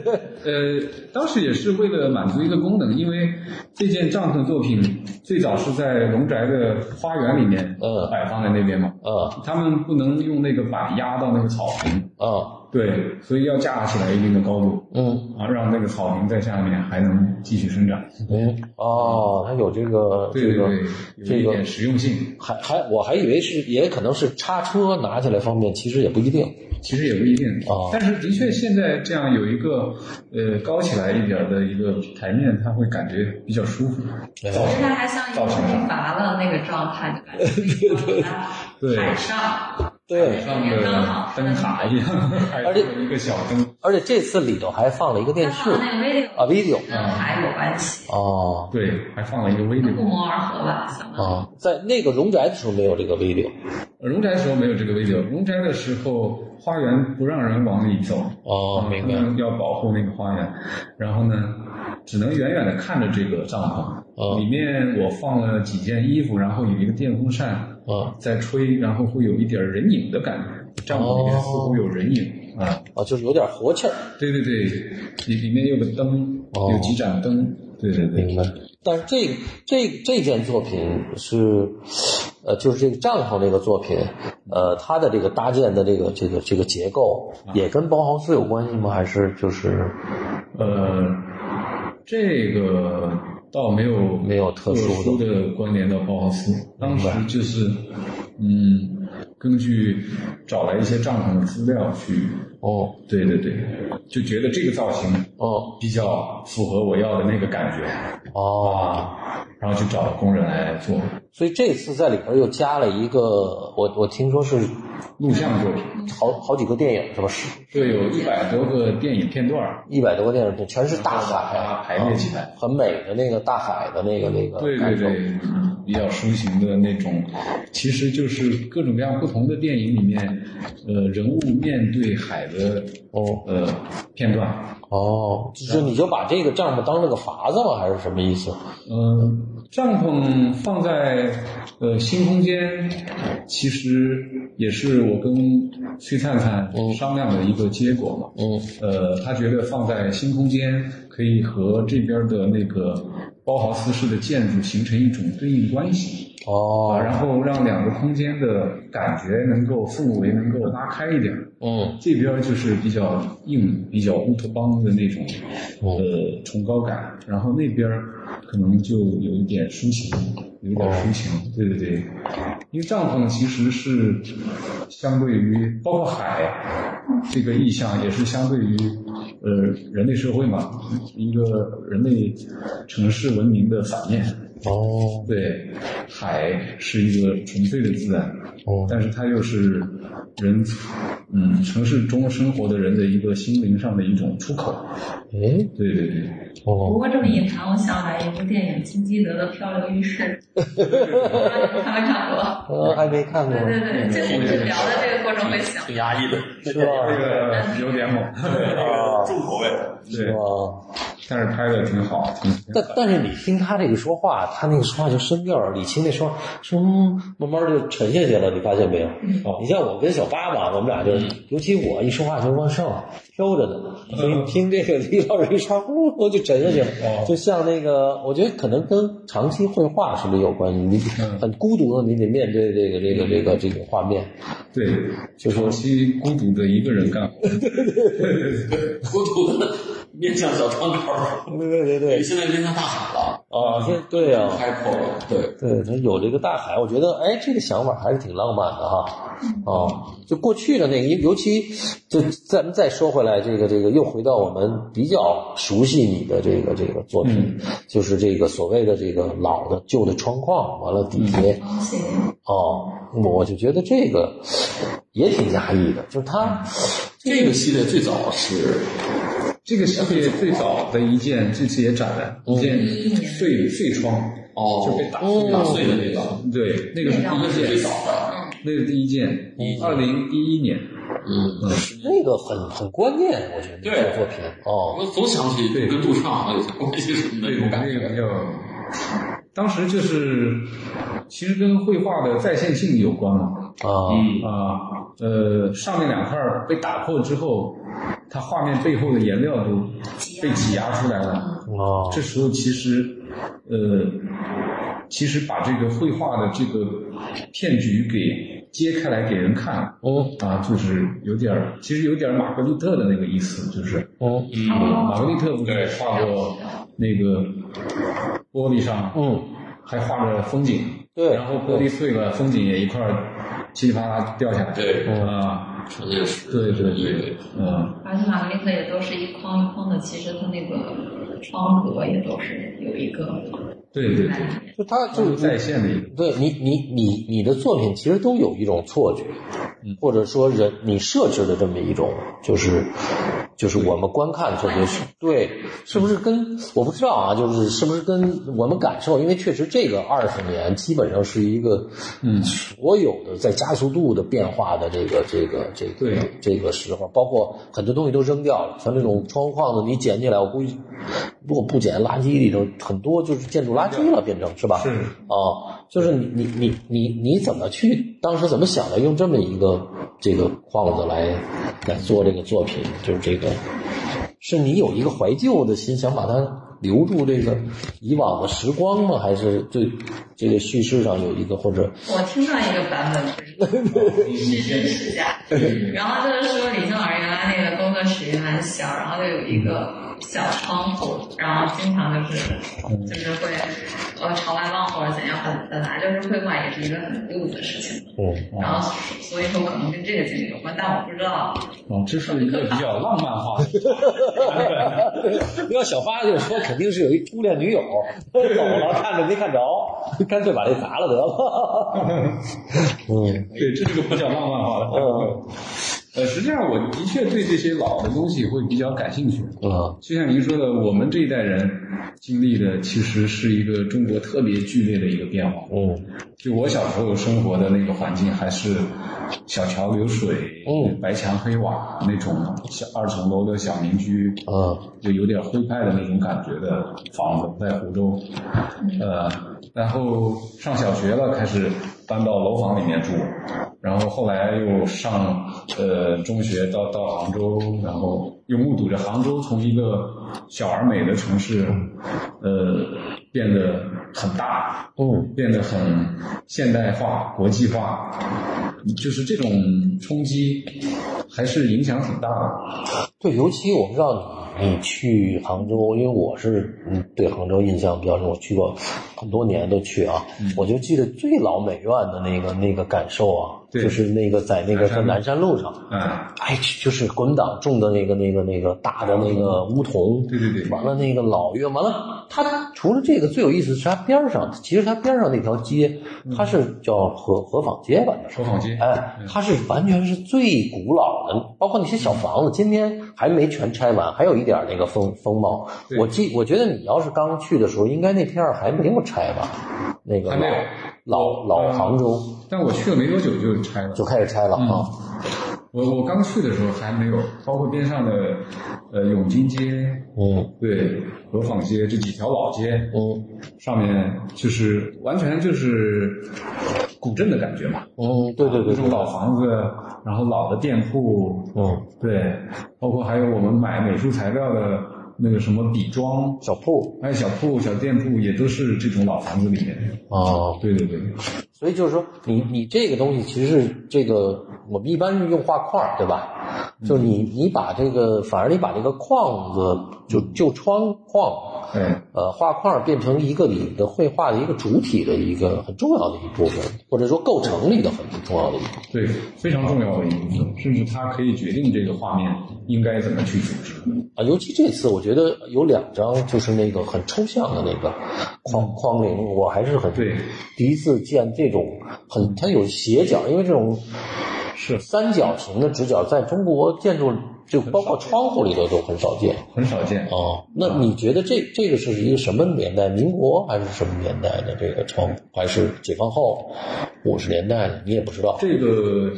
呃，当时也是为了满足一个功能，因为这件帐篷作品最早是在龙宅的花园里面嗯摆放在那边嘛， 啊他们不能用那个板压到那个草坪，啊对，所以要架起来一定的高度嗯啊，让那个草坪在下面还能继续生长。嗯哦，它有这个对这个对对，有这一个点实用性，还还我还以为是也可能是叉车拿起来方便，其实也不一定。其实也不一定哦但是的确现在这样有一个呃高起来一点的一个台面，它会感觉比较舒服。其造型实它还像一个造型上木筏了那个状态，就感觉可以把对它海上，对，上的灯塔一样，还而且有呃一个小灯。而且这次里头还放了一个电它视和那个 video 啊，video 跟海有关系，哦对，还放了一个微不流。谋而合吧，相当于。哦啊，在那个荣宅的时候没有这个 video 荣呃宅的时候没有这个微流，荣宅的时候花园不让人往里走，哦，明白他们要保护那个花园，然后呢，只能远远的看着这个帐篷。哦里面我放了几件衣服，然后有一个电风扇啊在吹，然后会有一点人影的感觉。帐篷里面似乎有人影啊，啊，就是有点活气儿，对对对，里里面有个灯，哦有几盏灯，对对明对，白。但是这这这件作品是，呃，就是这个帐篷这个作品，呃，它的这个搭建的这个这个这个结构也跟包豪斯有关系吗？还是就是呃，这个倒没有没有特特殊的殊的关联到包豪斯，当时就是嗯，根据找来一些帐篷的资料去哦对对对，就觉得这个造型哦比较符合我要的那个感觉哦，啊，然后就找工人来做所以这次在里边又加了一个，我我听说是录像作品，好好几个电影是吧？是对，有一百多个电影片段儿一百多个电影，全是嗯大把它海，啊排列起来。很美的那个大海的那个那个对对感受对，比较抒情的那种，其实就是各种各样不同的电影里面，呃，人物面对海的哦呃片段，哦，就是你就把这个帐篷当那个筏子吗？还是什么意思？嗯，帐篷放在呃新空间，其实也是我跟崔灿灿哦商量的一个结果嘛。嗯，呃，他觉得放在新空间可以和这边的那个包豪斯式的建筑形成一种对应关系啊，哦，然后让两个空间的感觉能够氛围能够拉开一点。嗯这边就是比较硬、比较乌托邦的那种，嗯呃，崇高感。然后那边可能就有一点抒情，有一点抒情。对对对，因为帐篷其实是相对于包括海这个意象，也是相对于呃人类社会嘛，一个人类城市文明的反面。哦对，海是一个纯粹的自然，哦但是它又是人，嗯，城市中生活的人的一个心灵上的一种出口。哎对对对，不哦，过这么一谈，我想来一部电影《金基德的漂流浴 室》，看没看过？呃，还没看过对，对对，就是你聊的这个过程会想。挺压抑的，是吧？ 啊个有点猛，重口味。是对，吧？但是拍的挺好，挺但但是你听他这个说话，他那个说话就深调儿，李琦那说说慢慢就沉下去了，你发现没有？嗯哦你像我跟小八吧，我们俩就是，尤其我一说话就往上飘着呢，所以听这个李老师一说，呼我就沉下去了，嗯哦就像那个，我觉得可能跟长期绘画是不是有关系？你嗯很孤独的，你得面对这个这个这个这个画面，对，就是长期孤独的一个人干活。孤独的面向小窗口儿，对对对对你，现在面向大海了，啊，这对呀、啊。开阔了，对，对他有这个大海，我觉得哎，这个想法还是挺浪漫的哈。哦，就过去的那个，尤尤其就咱们再说回来，这个这个又回到我们比较熟悉你的这个这个作嗯品，就是这个所谓的这个老的旧的窗框，完了嗯底下、哦，谢谢。哦，我就觉得这个也挺压抑的，就是他嗯这个系列最早是这个系列最早的一件，这次也展了一件碎碎窗，哦就被打碎打了。碎的那个，对，那个是那个第是一最件早，的，那是第一件，二零一一年。嗯，那个很很关键，我觉得这个对作品哦，我总想起对跟杜尚有些关系什么的那种感那个觉，比较，当时就是其实跟绘画的在线性有关嘛啊，嗯，啊，呃，上面两块儿被打破之后，它画面背后的颜料都被挤压出来嗯了。哦，这时候其实，呃，其实把这个绘画的这个骗局给揭开来给人看。嗯啊，就是有点儿，其实有点儿马格丽特的那个意思，就是，嗯玛格丽特不是画过那个玻璃上，嗯，还画着风景，对然后玻璃碎了，风景也一块儿噼里啪啦掉下来，对嗯啊，纯粹是，对对对对，，嗯，而且玛格丽特也都是一框一框的，其实它那个窗格也都是有一个对对对，就他就就是是嗯在线的一个，对你，你你你的作品其实都有一种错觉，或者说人你设置的这么一种，就是就是我们观看错觉是对，是不是跟我不知道啊，就是是不是跟我们感受，因为确实这个二十年基本上是一个嗯所有的在加速度的变化的这个这个这个对这个时候，包括很多东西都扔掉了，像这种窗户框子你捡起来，我估计如果不捡垃圾里头很多就是建筑垃圾了，变成是 吧？是哦，就是你你你你你怎么去当时怎么想的，用这么一个这个框子来来做这个作品，就是这个，是你有一个怀旧的心，想把它留住这个以往的时光吗？还是对这个叙事上有一个或者我听到一个版本是真是假，然后就是说李静老师原来那个工作室也蛮小，然后就有一个小窗户，然后经常就是就是会呃朝外望或者怎样，本本来就是绘画也是一个很幼稚的事情，嗯然后所以说可能跟这个经历有关，但我不知道哦，这是一个比较浪漫化的，要小八就说肯定是有一初恋女友走了，看着没看着，干脆把这砸了得了。嗯 对，这是个比较浪漫化的，嗯， 呃，实际上我的确对这些老的东西会比较感兴趣。嗯就像您说的，我们这一代人经历的其实是一个中国特别剧烈的一个变化。嗯就我小时候生活的那个环境，还是小桥流水、嗯白墙黑瓦那种小二层楼的小民居，嗯就有点徽派的那种感觉的房子，在湖州。呃，然后上小学了，开始搬到楼房里面住，然后后来又上呃中学到到杭州，然后又目睹着杭州从一个小而美的城市，呃，变得很大，嗯变得很现代化、国际化，就是这种冲击还是影响挺大的。对，尤其我不知道你你去杭州，因为我是嗯对杭州印象比较深，我去过很多年都去啊，我就记得最老美院的那个那个感受啊，对就是那个在那个在南南山路上。哎，哎，就是国民党种的那个、那个、那个大的那个梧桐，对对对完了那个老院，完了，它除了这个最有意思是它边儿上，其实它边儿上那条街，它是叫河河坊街吧？手坊街，哎，它是完全是最古老的，包括那些小房子，今天还没全拆完，还有一点那个风风貌。对我记，我觉得你要是刚去的时候，应该那片儿还没有拆吧？那个还没有嗯老老老杭州但我去了没多久就拆了。就开始拆了嗯啊。我我刚去的时候还没有，包括边上的呃永金街，嗯对，河坊街这几条老街，嗯上面就是完全就是古镇的感觉嘛，嗯，对对对那对，种老房子，然后老的店铺，嗯，对，包括还有我们买美术材料的那个什么笔庄，小铺还有小铺、小店铺，也都是这种老房子里面。啊。对对对，所以就是说你，你这个东西其实是这个，我们一般是用画框儿，对吧？就是嗯你你把这个，反而你把这个框子就就窗框，哎，呃，画框儿变成一个你的绘画的一个主体的一个很重要的一部分，或者说构成里的很重要的一部分。对，非常重要的一部分，甚至它可以决定这个画面应该怎么去组织。啊，尤其这次我觉得有两张就是那个很抽象的那个框框铃，我还是很嗯对第一次见这种很它有斜角，因为这种是三角形的直角在中国建筑就包括窗户里头都很少见。很少见。哦，啊那你觉得这这个是一个什么年代？民国还是什么年代的这个窗户？还是解放后五十年代的？你也不知道。这个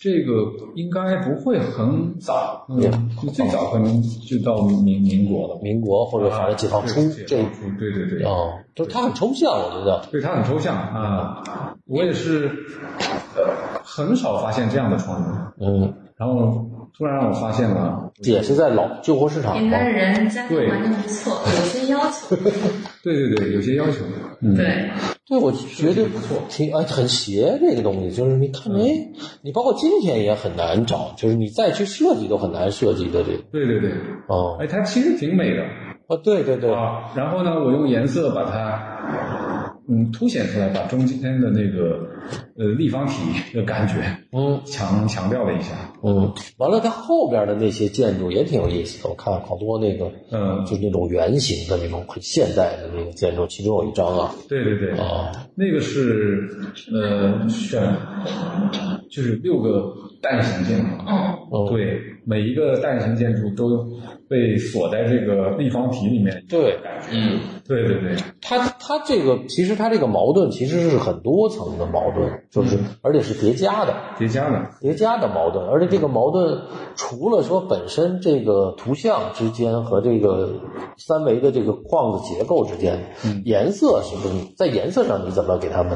这个应该不会很早，嗯，就最早可能就到民民国了，民国或者反正解放初啊对这解放初，对对对，哦，就是它很抽象，我觉得。对，它很抽象啊。我也是，呃，很少发现这样的窗户。嗯，然后突然我发现了，也是在老旧货市场哦应吗？该人家庭对环境不错，有些要求。对对对，有些要求。嗯，对，对，我觉得挺哎很邪这个东西，就是你嗯看哎，你包括今天也很难找，就是你再去设计都很难设计的这个。对对对，哦哎，它其实挺美的啊，对对对，啊。然后呢，我用颜色把它，嗯，凸显出来，把中间的那个呃立方体 的感觉嗯强强调了一下。嗯，完了，它后边的那些建筑也挺有意思的，我看好多那个，嗯就是那种圆形的那种很现代的那个建筑，其中有一张啊，对对对，啊，那个是呃选，就是六个蛋形建筑。嗯，嗯，对，每一个蛋形建筑都被锁在这个立方体里面。对，嗯，对对对，它它这个其实它这个矛盾其实是很多层的矛盾，就是而且是叠加的，叠加的。叠加的矛盾，而且这个矛盾除了说本身这个图像之间和这个三维的这个框子结构之间，颜色是不是在颜色上你怎么给它们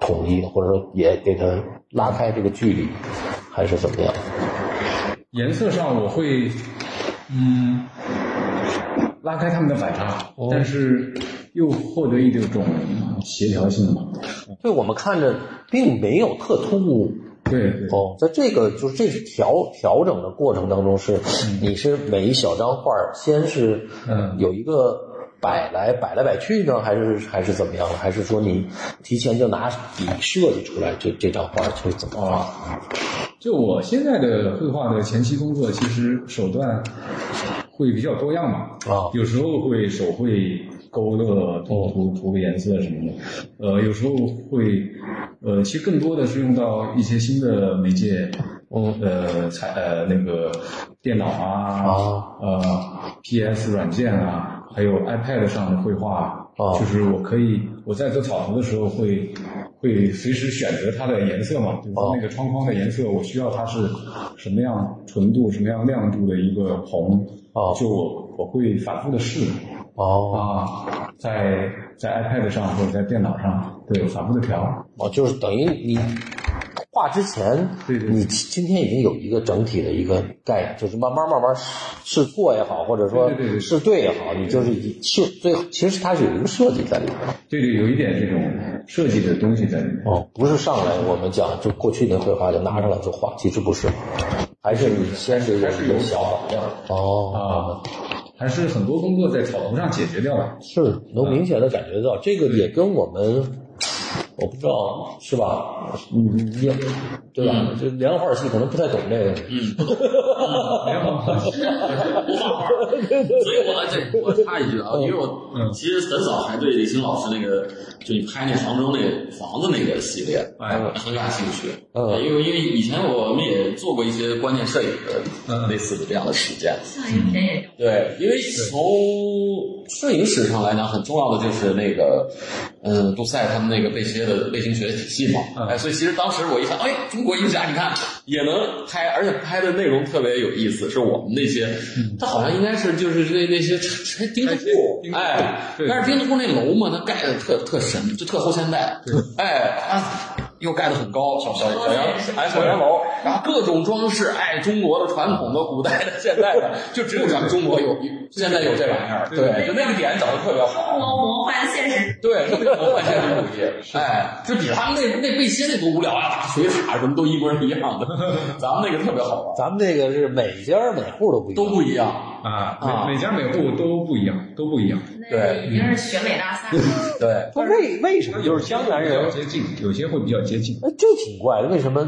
统一，或者说也给它拉开这个距离，还是怎么样？颜色上我会，嗯，拉开它们的反差，哦但是又获得一种协调性嘛。对我们看着并没有特突兀。对对哦，在这个就是这是调调整的过程当中是，你是每一小张画儿先是嗯有一个摆来摆来摆去呢，还是还是怎么样？还是说你提前就拿笔设计出来这这张画儿是怎么画？啊，就我现在的绘画的前期工作，其实手段会比较多样嘛。啊有时候会手绘勾勒、涂涂涂个颜色什么的，呃，有时候会，呃，其实更多的是用到一些新的媒介，嗯呃，采呃那个电脑啊，啊呃 PS 软件啊，还有 iPad 上的绘画，哦就是我可以我在做草图的时候会会随时选择它的颜色嘛，比如哦说那个窗框的颜色，我需要它是什么样纯度、什么样亮度的一个红，哦就我我会反复的试，哦啊，在在 iPad 上或者在电脑上，对，反复的调。哦，就是等于你画之前，对对对你今天已经有一个整体的一个概念，就是慢慢慢慢试错也好，或者说对对对对试对也好，你就是已是最其实它是有一个设计在里面。对对，有一点这种设计的东西在里面。哦，不是上来我们讲就过去那绘画就拿上来就画，其实不是，还是你先得有一个想法。哦，啊，还是很多工作在草图上解决掉 了。是能明显的感觉到，这个也跟我们。我不知道是吧？嗯，也对吧？嗯就连画系可能不太懂这个。我画画，所以我对我插一句啊，因为我嗯其实很早还对李欣老师那个，就你拍那杭州那房子那个系列，哎，很感兴趣。嗯因为因为以前我们也做过一些观念摄影的嗯类似的这样的实践。上一篇也就对，因为从摄影史上来讲，很重要的就是那个，嗯，杜塞他们那个贝歇的类型学体系嘛。嗯哎，所以其实当时我一想，哎，中国艺术家你看也能拍，而且拍的内容特别有意思，是我们那些，他好像应该是就是那那些嗯拆钉子户，哎，对但是钉子户那楼嘛，它盖的特特神，就特后现代，哎，它又盖的很高，小小小洋哎小洋楼，然后各种装饰，哎，中国的传统的、古代的、现代的，就只有咱们中国有，现在有这玩意儿，对，就那个点找的特别好。中国魔幻现实，对，特别魔幻现实主义，哎，就比他们那那背心那多无聊啊，大水塔什么都一模一样的， 咱们那个特别好玩，咱们这个是每家每户都不一样，都不一样，啊，啊每每家每户都不一样，都不一样。那已经是选美大赛了。对，他为为什么就是江南比较人？接近，有些会比较接近。哎，这挺怪的，为什么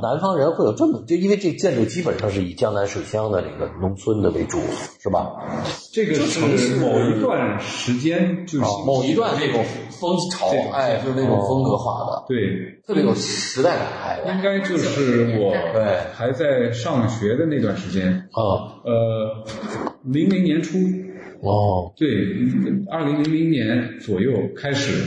南方人会有这么？就因为这建筑基本上是以江南水乡的这个农村的为主，是吧？这个是某一段时间就是哦某一段那种风潮，哎，就是那种风格化的，对，特别有时代感，哎，应该就是我对还在上学的那段时间，啊，呃，零零年初，哦，对，二零零零年左右开始，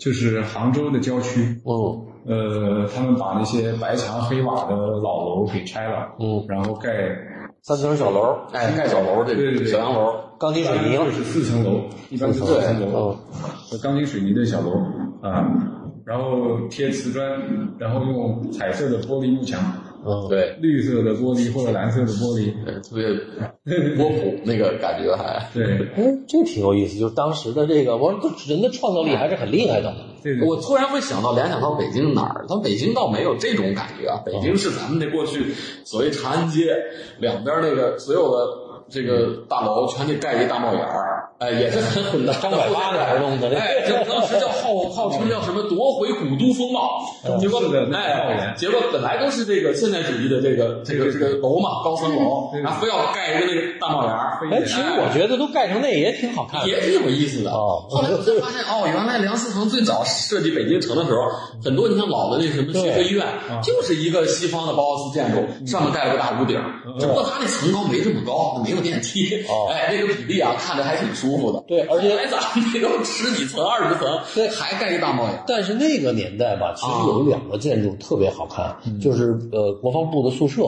就是杭州的郊区，嗯呃，他们把那些白墙黑瓦的老楼给拆了，嗯，然后盖三层小楼，哎，盖小楼这对对个对小洋楼，钢筋水泥二十四层楼，一般是四层哦楼，钢筋水泥的小楼啊，然后贴瓷砖，然后用彩色的玻璃幕墙，嗯，对，绿色的玻璃或者蓝色的玻璃，呃特 别波普那个感觉还。对，哎，这挺有意思，就是当时的这个，我说人的创造力还是很厉害的。对我突然会想到联想到北京哪儿，但北京倒没有这种感觉啊。北京是咱们那过去所谓长安街两边那个所有的这个大楼全得盖一大帽檐儿，哎，也是很 混的。张百发在那儿弄的这哎，就当时叫号号称叫什么夺回古都风貌，结果哦是的那个帽哎檐，结果本来都是这个现代主义的这个这个这个楼嘛，高层楼，对对然后非要盖一个那个大帽檐儿，哎，其实我觉得都盖成那也挺好看的。也挺有意思的。哦后来我才发现，哦，原来梁思成最早设计北京城的时候，很多你像老的那什么协和医院，嗯就是一个西方的包豪斯建筑，上面盖了个大屋顶儿，只不过它那层高没这么高，没有电梯嗯哦，哎，那个比例啊，看着还挺舒服的。对而且后来咱们这都十几层、二十层，对还盖一大帽檐。但是那个年代啊吧，其实有两个建筑特别好看，嗯就是呃国防部的宿舍，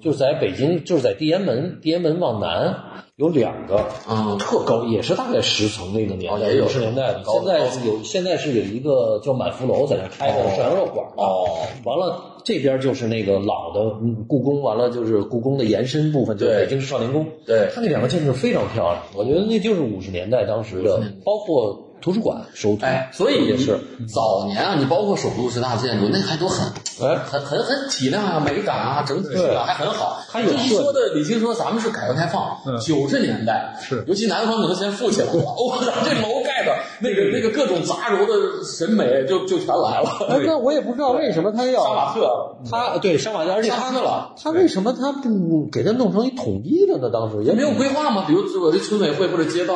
就是在北京，就是在地安门，地安门往南有两个，嗯特高，也是大概十层那个年代，哦也有十年代的。高现在是有，现在是有一个叫满福楼在那开的涮羊肉馆，哦，完了这边就是那个老的嗯故宫，完了就是故宫的延伸部分，就是对北京市少年宫。对它那两个建筑非常漂亮，我觉得那就是五十年代当时的，包括图书馆首都，哎，所以也是。早年啊，你包括首都十大建筑，那还都很哎很很很体量啊、美感啊、整体质对感还很好。它有就是设计说的，李青说咱们是改革开放嗯九十年代，是尤其南方可能先富起来 了。我操，这楼盖的那个那个各种杂糅的审美就就全来了。哎， 那我也不知道为什么他要杀马特他对杀马特，而且他杀死了，他为什么他不给他弄成一统一的呢？当时也没有规划吗？比如我这村委会或者街道，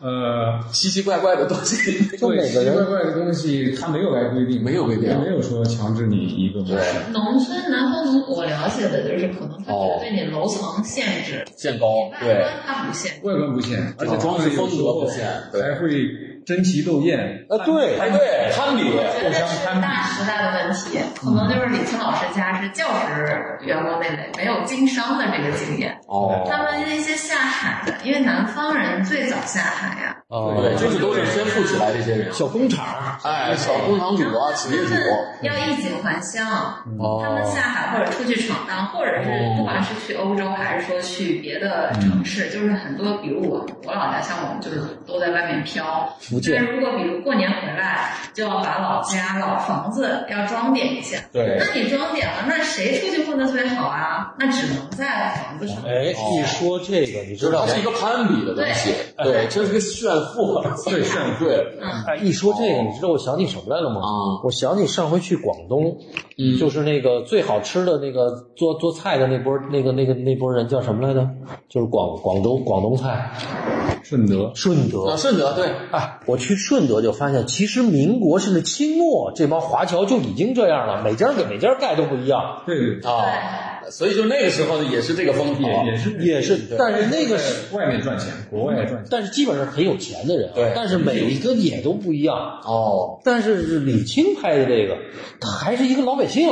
呃，哎奇奇怪怪的都西。就每个人奇奇怪怪的东西，它没有来规定，没有规定它没有说强制你一个模式。农村南方农，我了解的就是可能它是对你楼层限制，限高外哦对观，它不限。外观不限，而且哦装饰风格不限对还会争奇斗艳。啊，对，哎对，攀比，我觉得是大时代的问题，可能就是李青老师家是教职员工那类，没有经商的这个经验。哦，他们那些下海的，因为南方人最早下海呀、啊，对，就是都是先富起来这些人，小工厂，哎，小工厂主啊，企业主，要衣锦还乡，他们哦，下海或者出去闯荡，或者哦是不管是去欧洲还是说去别的嗯城市，就是很多，比如我我老家像我们就是都在外面飘。福但建是如果比如过年回来，就要把老家老房子要装点一下。对那你装点了，那谁出去混得最好啊？那只能在房子上。哎，一说这个，你知道它吗？是一个攀比的东西，对，这是个炫富，对，炫富。 对，嗯哎，一说这个，你知道我想起什么来了吗？啊我想起上回去广东，嗯就是那个最好吃的那个做做菜的那波那个那个那波人叫什么来着？就是广广州广东菜，顺德，顺德。啊，顺德对，哎，我去顺德就发现，其实民国甚至清末这帮华侨就已经这样了，每家给每家盖都不一样。对对对，啊，所以就那个时候也是这个风潮，也也是啊也是，但是那个是，在外面赚钱，国外赚钱。但是基本上很有钱的人啊，对但是每一个也都不一样。哦，但是李青拍的这个，他还是一个老百姓，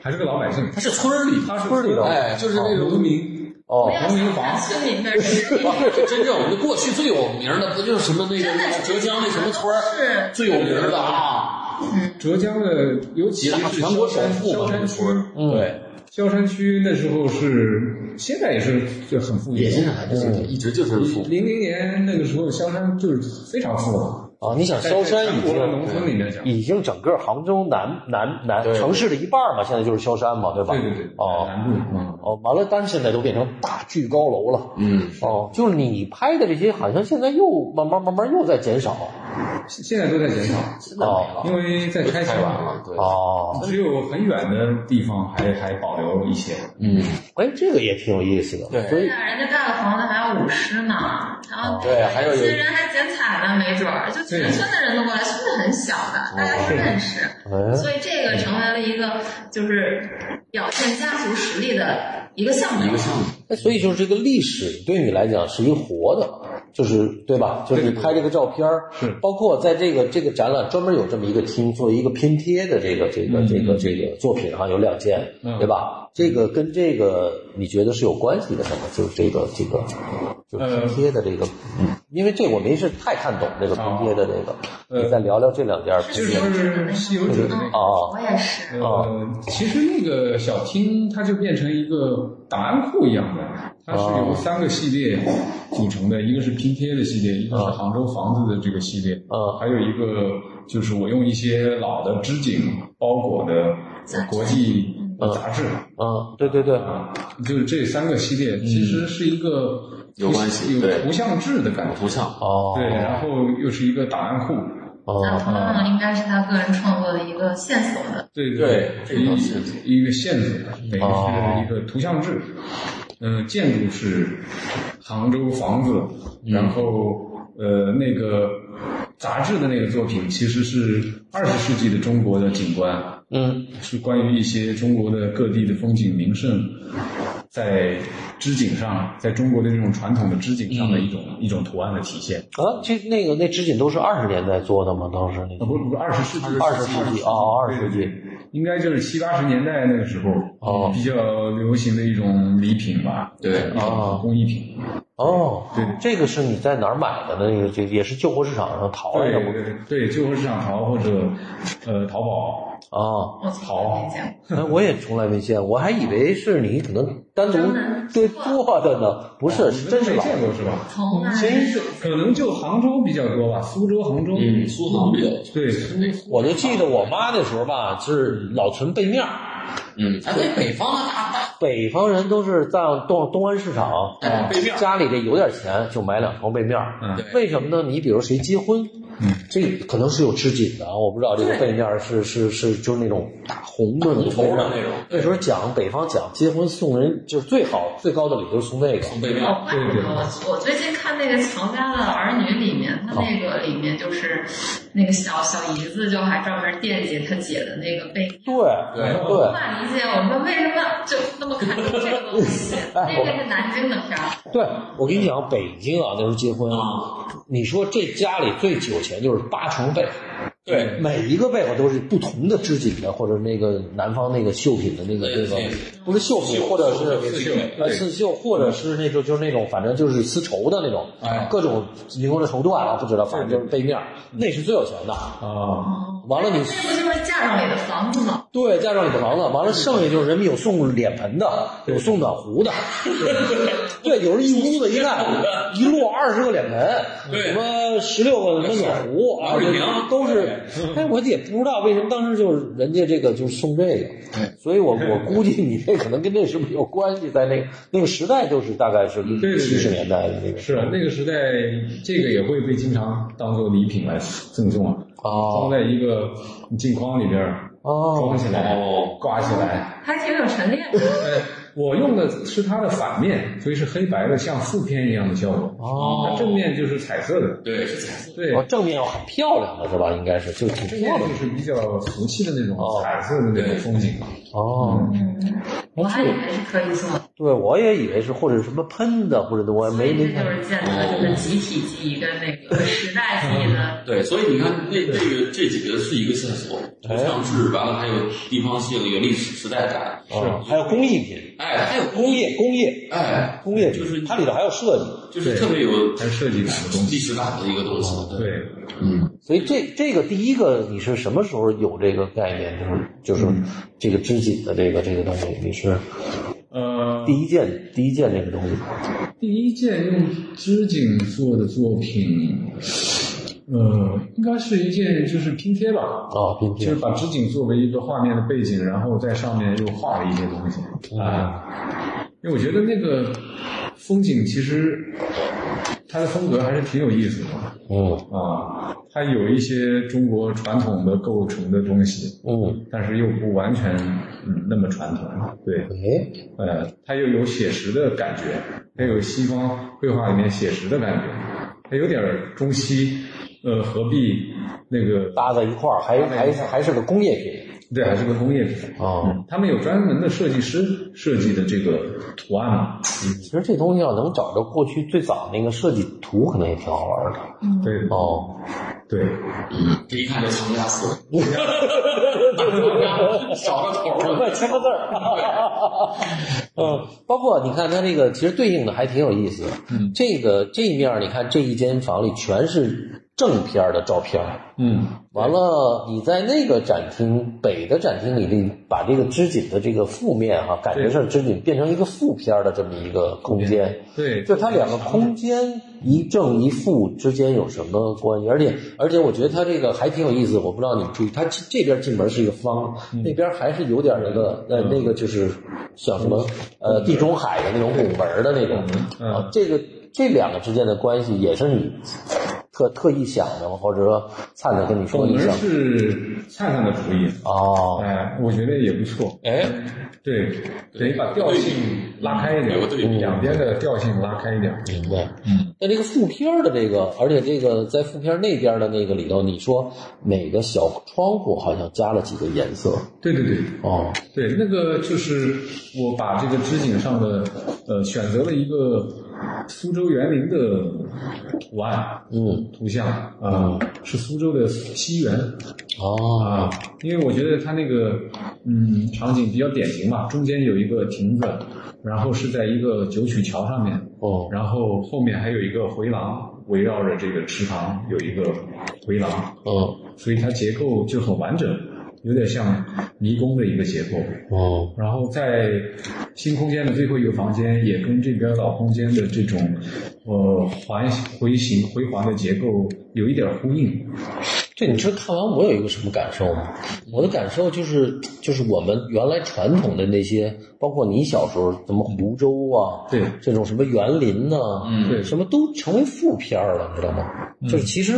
还是个老百姓，它是村里，他是村里头哎，就是那种农民，哦不要农民小房看村民的实力。就真正我们过去最有名的，不就是什么那个那个浙江那什么村儿最有名的啊？浙江的，尤其几大是全国首富嘛萧山区，嗯对，萧山区那时候是，现在也是就很富裕，也是啥，就是一直就是富，零零年那个时候，萧山就是非常富了。啊！你想在萧山全已国的经嗯农村里面讲，已经整个杭州南南南对城市的一半嘛，现在就是萧山嘛，对吧？对对对，哦南部，嗯，哦，完了，但是现在都变成大巨高楼了。嗯，哦，就是你拍的这些，好像现在又慢慢慢慢又在减少。现现在都在减少，哦因为在开太发晚了，，对，哦，只有很远的地方还还保留一些。嗯，哎，这个也挺有意思的。对所以那人家盖了房子还要舞狮呢，然后哦对还有有嗯些人还剪彩呢，没准儿就全村的人都过来，村子很小哦的，大家都认识，哎，嗯所以这个成为了一个就是表现家族实力的一个象一征个。项目，哎所以就是这个历史对你来讲是一个活的，就是对吧？就是你拍这个照片儿，是包括在这个这个展览专门有这么一个厅，做一个拼贴的这个这个这个嗯这个作品哈，有两件，嗯对吧？这个跟这个你觉得是有关系的什么？就是这个这个就是呃拼贴的这个，嗯，因为这我没是太看懂这个拼贴的这个，呃你再聊聊这两件是拼就贴是西游者的那嗯个。哦啊。我也是，呃，其实那个小厅它就变成一个档案库一样的，它是哦由三个系列组成的，一个是拼贴的系列，一个哦是杭州房子的这个系列，嗯还有一个就是我用一些老的织锦包裹的国际杂志，嗯，对对对，啊，就是这三个系列其实是一个嗯有关系有对图像制的感觉，图像，哦，对，然后又是一个档案库，那哦，同样的应该是他个人创作的一个线索的。对对这一条线索一个线索，等哦于是一个图像制。嗯、建筑是杭州房子，然后呃，那个杂志的那个作品其实是二十世纪的中国的景观，嗯，是关于一些中国的各地的风景名胜，在织锦上，在中国的这种传统的织锦上的一种、一种图案的体现。啊，这那个那织锦都是二十年代做的吗？当时那啊，个不是不是，二十世纪，二十世纪哦，二十世纪，应该就是七八十年代那个时候，哦比较流行的一种礼品吧，对一种工艺品，哦，对这个是你在哪儿买的呢？那个这也是旧货市场上淘来的对吗？对对，旧货市场淘或者呃淘宝，啊，我从来没见过。哎，我也从来没见，我还以为是你可能单独专门对做做的呢，不是，哦你是们真都是没老见过是吧？从来没真见是过可能就杭州比较多吧，苏州、杭州，嗯，苏杭比较，对，我就记得我妈那时候吧，是老存背面儿，嗯，哎，对，北方的大大北方人都是在东东安市场，哎背面儿家里这有点钱就买两床被面儿。嗯为什么呢？你比如谁结婚，嗯这可能是有织锦的啊，我不知道这个对被面儿是是是就是那种大红的那种红头的那种那时候讲北方讲结婚送人就是最好最高的礼就是送那个。北面，哦，怪不得我我最近看那个《乔家的儿女》里面，他他那个里面就是那个小小姨子就还专门惦记他姐的那个背面。对对我无对法理解，我说为什么就那么看重这个东西？那个是南京的片儿，对，我跟你讲，北京啊，那时候结婚，啊，你说这家里最酒钱就是八床被，对，每一个被窝都是不同的织锦的，或者那个南方那个绣品的那个那对个对，不是绣品，或者是刺绣呃刺绣，或者是那种就是那种反正就是丝绸的那种，嗯哎嗯各种绫罗的绸缎啊，不知道，反正就是背面儿，那是最有钱的。啊，完了你这不就是嫁妆里的房子吗？对加上你的房子，嗯完了剩下就是人们有送脸盆的，有送暖壶的，对，有人一屋子一看，一摞二十个脸盆，对什么十六个温暖壶啊，老这水瓶都是。 哎，我也不知道为什么当时就是人家这个就是送这个，所以我我估计你这可能跟这是不是有关系？在那个那个时代，就是大概是对对七十年代的那个是啊，那个时代这个也会被经常当做礼品来赠送啊，装哦在一个镜框里边儿哦装起来哦，挂起来。还挺有陈列 的。呃，我用的是它的反面，所以是黑白的，像负片一样的效果。哦它正面就是彩色的，对，是彩色，对，哦，正面要很漂亮的是吧？应该是就挺正漂面亮就的是比较俗气的那种哦彩色的那种风景。哦。我还以为是可以做的，对，我也以为是或者什么喷的，或者我也所没以没这看就。是建立了就是集体记忆跟那个时代记忆的。对，所以你看，那这个这几个是一个线索，像制完了，还有地方性，有历史时代感，啊，还有工艺品，哎，还有工业工业哎，工业品，就是它里头还有设计，就是特别有还有设计感的东历西。史感的一个东西，对，对，嗯，所以这这个第一个你是什么时候有这个概念？就是就是这个织锦的这个这个东西，你是呃，第一件第一件这个东西。第一件用织锦做的作品，呃，应该是一件就是拼贴吧，哦，拼就贴是把织锦作为一个画面的背景，然后在上面又画了一些东西啊。因为我觉得那个风景其实它的风格还是挺有意思的嗯啊，它有一些中国传统的构成的东西，嗯，但是又不完全嗯那么传统，对。哎，呃，它又有写实的感觉，它有西方绘画里面写实的感觉，它有点儿中西，呃，合璧那个，搭在一块儿，还还还是个工业品对，还是个工业品。哦。嗯他们有专门的设计师设计的这个图案嘛？其实这东西要能找着过去最早那个设计图，可能也挺好玩的对， 哦。对，这一看就藏家死了，少个头赶了，快签个字儿。 嗯，包括你看它这个，其实对应的还挺有意思的。嗯，这个这一面儿你看这一间房里全是正片儿的照片儿，嗯，完了你在那个展厅北的展厅里，你把这个织锦的这个负面哈、感觉是织锦变成一个负片儿的这么一个空间。对，就它两个空间一正一负之间有什么关系？而且而且我觉得它这个还挺有意思，我不知道你们注意，它这这边进门是一个方，那边还是有点那个呃那个就是像什么呃地中海的那种拱门的那种嗯啊，这个这两个之间的关系也是你特特意想的吗？或者说灿灿跟你说拱你门想是灿灿的主意，哦，哎，我觉得也不错。哎，对，得把调性拉开一点，有个对比两边的调性拉开一点。明白。嗯，那这个副片儿的这个，而且这个在副片儿那边的那个里头，你说每个小窗户好像加了几个颜色对对对，哦，对，那个就是我把这个织锦上的呃选择了一个苏州园林的图案嗯，图像啊、是苏州的西园哦，啊、因为我觉得它那个嗯场景比较典型嘛，中间有一个亭子，然后是在一个九曲桥上面，哦，然后后面还有一个回廊，围绕着这个池塘有一个回廊，嗯，所以它结构就很完整，有点像迷宫的一个结构。哦，然后在新空间的最后一个房间，也跟这边老空间的这种呃环回形回环的结构有一点呼应，对，你说看完我有一个什么感受吗？我的感受就是，就是我们原来传统的那些，包括你小时候什么湖州啊，对这种什么园林呐、嗯对什么都成为负片儿了，你知道吗？就是其实，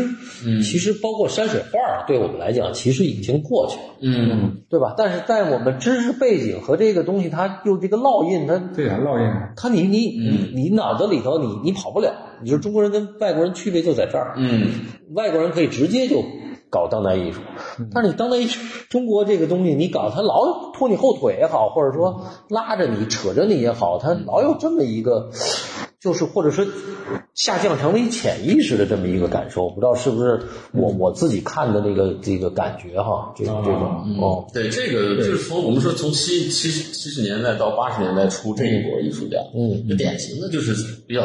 其实包括山水画儿，对我们来讲，其实已经过去了。嗯，对吧？但是在我们知识背景和这个东西，它又这个烙印，它对啊，烙印，它你你你你脑子里头你你跑不了。你说中国人跟外国人区别就在这儿，嗯，外国人可以直接就搞当代艺术，但是你当代艺术中国这个东西，你搞它老拖你后腿也好，或者说拉着你扯着你也好，它老有这么一个，就是或者说下降成为潜意识的这么一个感受，不知道是不是我我自己看的那个这个感觉哈，这个这嗯种哦。对，这个就是从我们说从七七十七十年代到八十年代初这一波艺术家，嗯，典型的就是比较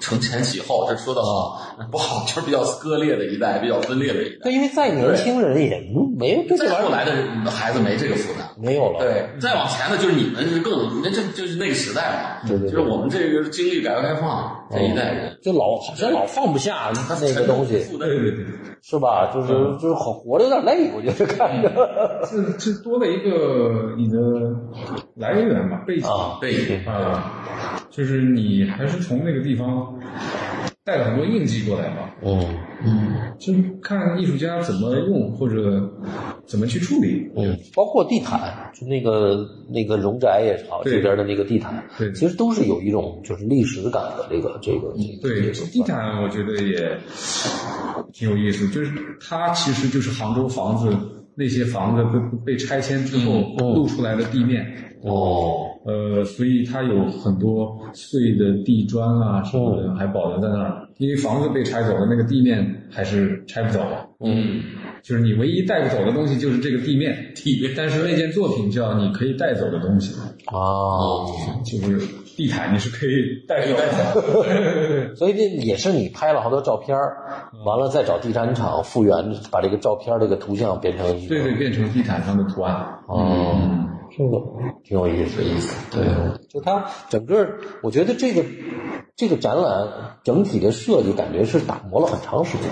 承前启后，这说的好不好，就是比较割裂的一代，比较分裂的一代。对，因为再年轻人也没有对这再玩后意儿嗯来的嗯孩子没这个负担，没有了。，对，再往前的就是你们是更，那这就是那个时代嘛，对对对就是我们这个经历改革开放这一代人，就老好像老放不 下那个东西，负担对对对，是吧？就是嗯就是好活着有点累，我觉得看着。这这多了一个你的来源吧，背景啊背景，啊，就是你还是从那个地方带了很多印记过来嘛，嗯就是看艺术家怎么用或者怎么去处理。嗯，包括地毯，就那个那个荣宅也好，对这边的那个地毯，对嗯其实都是有一种就是历史感的这个这个。这个对，地毯我觉得也挺有意思，就是它其实就是杭州房子那些房子被被拆迁之后嗯露出来的地面。哦，呃，所以它有很多碎的地砖啊什么的还保留在那儿，因为房子被拆走了，那个地面还是拆不走的。嗯，就是你唯一带不走的东西就是这个地面，地面但是那件作品叫你可以带走的东西，嗯啊，就是地毯，你是可以带走的。 所以这也是你拍了好多照片儿，嗯完了再找地产厂复原，把这个照片儿这个图像变成一个对对，变成地毯上的图案。哦，嗯这个挺有意思的意思。对，就它整个，我觉得这个这个展览整体的设计感觉是打磨了很长时间，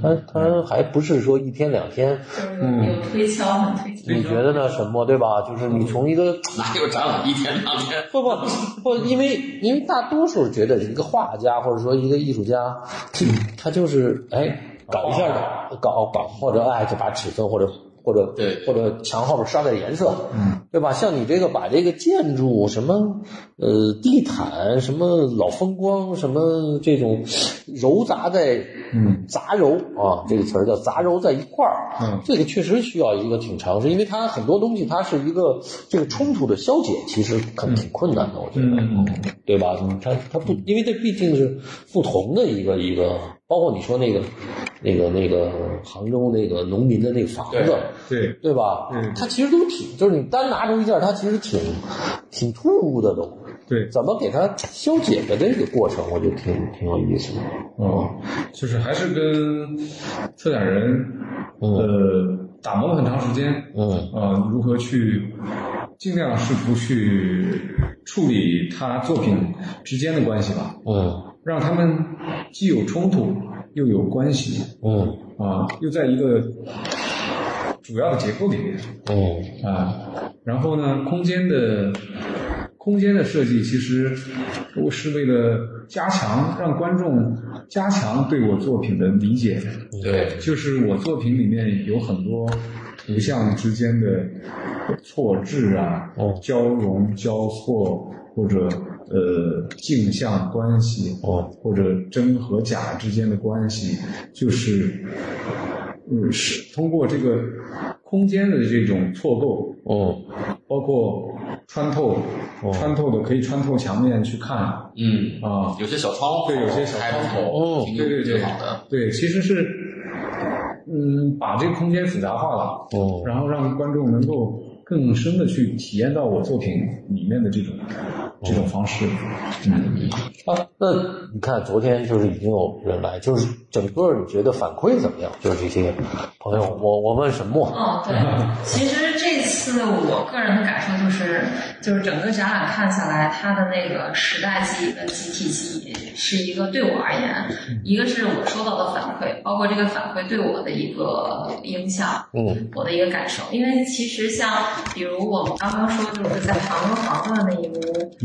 它它还不是说一天两天。就是有推敲，很推敲。你觉得呢？什么对吧？就是你从一个哪有展览一天两天？不不不，因为因为大多数觉得一个画家或者说一个艺术家，他就是哎搞一下搞搞或者哎就把尺寸或者或者对或者墙后边刷点颜色，嗯，对吧？像你这个把这个建筑什么呃地毯什么老风光什么这种糅杂在嗯杂糅啊这个词儿叫杂糅在一块儿，啊嗯这个确实需要一个挺长时间，因为它很多东西它是一个这个冲突的消解，其实很挺困难的，我觉得，嗯对吧？它它不，因为这毕竟是不同的一个一个，包括你说那个那个那个杭州那个农民的那个房子，对，对吧？嗯它其实都挺，就是你单拿出一件，它其实挺挺突兀的都。对怎么给它消解的这个过程，我觉得挺挺有意思的。哦，就是还是跟策展人呃打磨了很长时间。嗯呃，如何去尽量试图去处理他作品之间的关系吧，嗯让他们既有冲突又有关系。嗯啊，又在一个主要的结构里面嗯啊。然后呢，空间的空间的设计其实我是为了加强让观众加强对我作品的理解，对，就是我作品里面有很多图像之间的错置啊、哦交融、交错或者呃镜像关系，哦或者真和假之间的关系，就是嗯是通过这个空间的这种错构，嗯包括穿透、哦穿透的可以穿透墙面去看啊。嗯，有些小窗户，对有些小窗户还不哦错挺对对对挺好的，，对，其实是，嗯，把这个空间复杂化了，哦然后让观众能够更深的去体验到我作品里面的这种这种方式，嗯，啊，那你看昨天就是已经有人来，就是整个你觉得反馈怎么样？就是这些朋友，我我问沈墨，哦，对，其实这次我个人的感受就是，就是整个展览看下来，它的那个时代记忆跟集体记忆是一个对我而言，一个是我收到的反馈，包括这个反馈对我的一个影响，嗯，我的一个感受。因为其实像比如我们刚刚说，就是在杭州杭乐那一幕，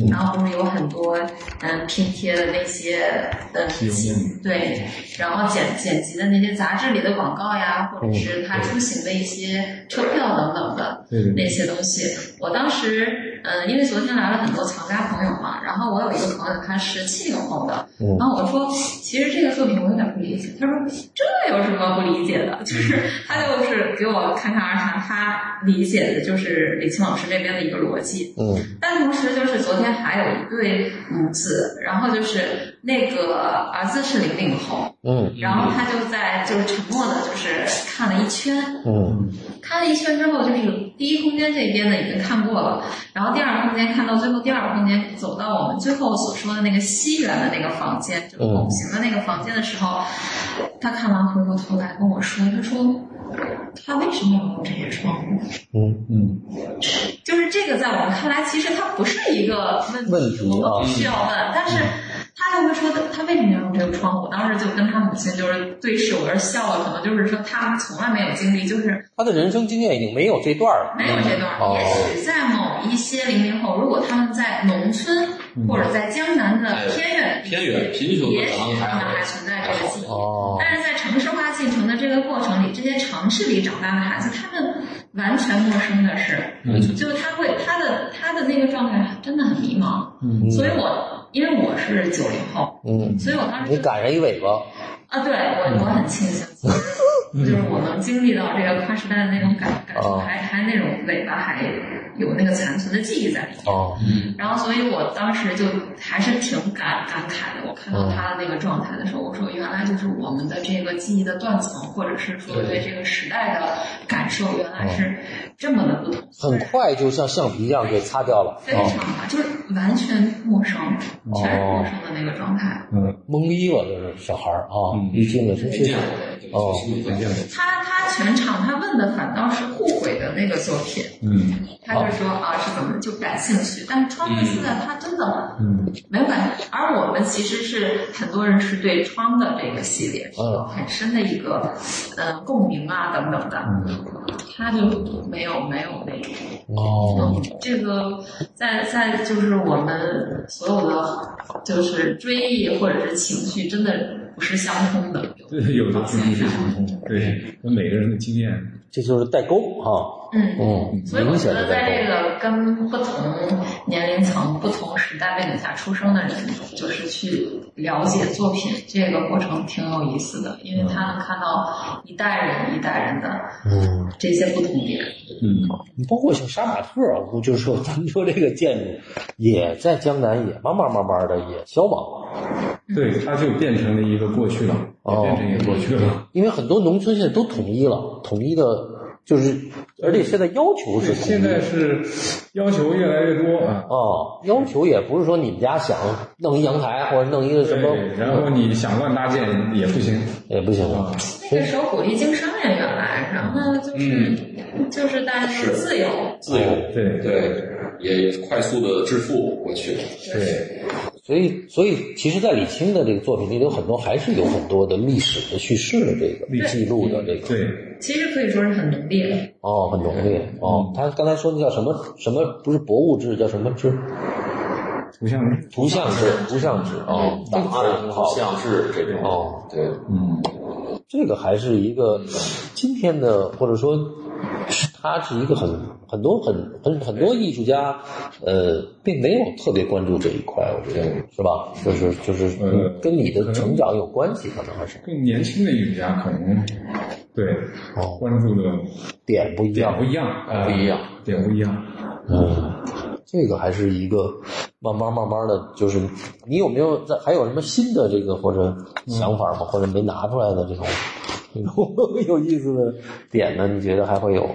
然后不是有很多嗯拼贴的那些嗯题目对，然后剪剪辑的那些杂志里的广告呀，或者是他出行的一些车票等等的对对对那些东西。我当时，嗯、因为昨天来了很多藏家朋友嘛，然后我有一个朋友他是七零后的，然后我说，其实这个作品我有点不理解。他说这有什么不理解的？就是他就是给我侃侃而谈，他理解的就是李青老师这边的一个逻辑。嗯但同时就是昨天还有一对母子，然后就是那个儿子是零零后，嗯，然后他就在就是沉默的，就是看了一圈，嗯，看了一圈之后，就是第一空间这边的已经看过了，然后第二空间看到最后，第二空间走到我们最后所说的那个西园的那个房间，就是拱形的那个房间的时候，他看完回过头来跟我说，他说他为什么要用这些窗户？嗯，就是这个，在我们看来，其实它不是一个问题，问题啊我们必须要问。但是他又会说他为什么要用这个窗户？我当时就跟他母亲就是对视，我是笑了，可能就是说他们从来没有经历，就是他的人生经验已经没有这段儿了。没有这段。哦也许在某一些零零后，如果他们在农村、或者在江南的偏远地区偏远贫穷的也许地方他们还还存在这个记忆。哦，但是在城市化进程的这个过程里，这些城市里长大的孩子，他们完全陌生的是，就他会他的他的那个状态真的很迷茫。嗯，所以我因为我是九零后，嗯，所以我当时你就赶上一尾巴，啊，对我我很庆幸，就是嗯就是我能经历到这个跨时代的那种感感受，嗯哦还还那种尾巴还有那个残存的记忆在里面。哦，嗯然后，所以我当时就还是挺感感慨的。我看哦到他的那个状态的时候，我说原来就是我们的这个记忆的断层，或者是说对这个时代的感受，原来是哦这么的不同，很快就像橡皮一样给擦掉了，非常哦吧，就是完全陌生，全是陌生的那个状态。懵逼了，就是小孩儿啊，一听的真没是见过的，对，哦确实没见过。他他全场他问的反倒是互毁的那个作品，嗯他就说啊是怎么就感兴趣，但是川贝斯的他真的嗯没有感觉，而我们其实是很多人是对窗的这个系列是有很深的一个呃共鸣啊等等的，他就没有没有那种。哦，嗯，这个在在就是我们所有的就是追忆或者是情绪，真的不是相通的。对，有的并不是相通，对，那每个人的经验，这就是代沟啊，嗯。嗯，所以我明觉显得的在代这个跟不同年龄层、不同时代背景下出生的人，就是去了解作品这个过程挺有意思的，因为他能看到一代人一代人的沟，嗯。这些不同点。嗯，你包括像杀马特，啊我就说咱们说这个建筑，也在江南也慢慢慢慢的也消亡，对，它就变成了一个过去了，哦变成一个过去了，因为很多农村现在都统一了，统一的，就是而且现在要求是统现一在的。是要求越来越多啊。哦，要求也不是说你们家想弄一阳台或者弄一个什么对，然后你想乱搭建也不行也不行了。啊，那个时候鼓励经商呀，原来，然后就是、嗯就是大家都自由，自由，哦对对，也也快速的致富过去。对，所以，所以其实，在李清的这个作品里，有很多还是有很多的历史的叙事的这历个史记录的这个对，其实可以说是很浓烈的。哦，很浓烈哦。他刚才说那叫什么什么，不是博物志，叫什么志？图像力，图像志，图像志哦，档档案案很好像是这种，哦，嗯对，嗯，这个还是一个今天的，或者说，它是一个很很多很很很多艺术家，呃，并没有特别关注这一块，我觉得是吧？就是就是嗯跟你的成长有关系，可能还是更年轻的艺术家可能对哦关注的点不一点样不。一样，呃不一样，点不一样，嗯，这个还是一个慢慢慢慢的就是，你有没有在还有什么新的这个或者嗯想法吗？或者没拿出来的这种 有 意思的点呢？你觉得还会有？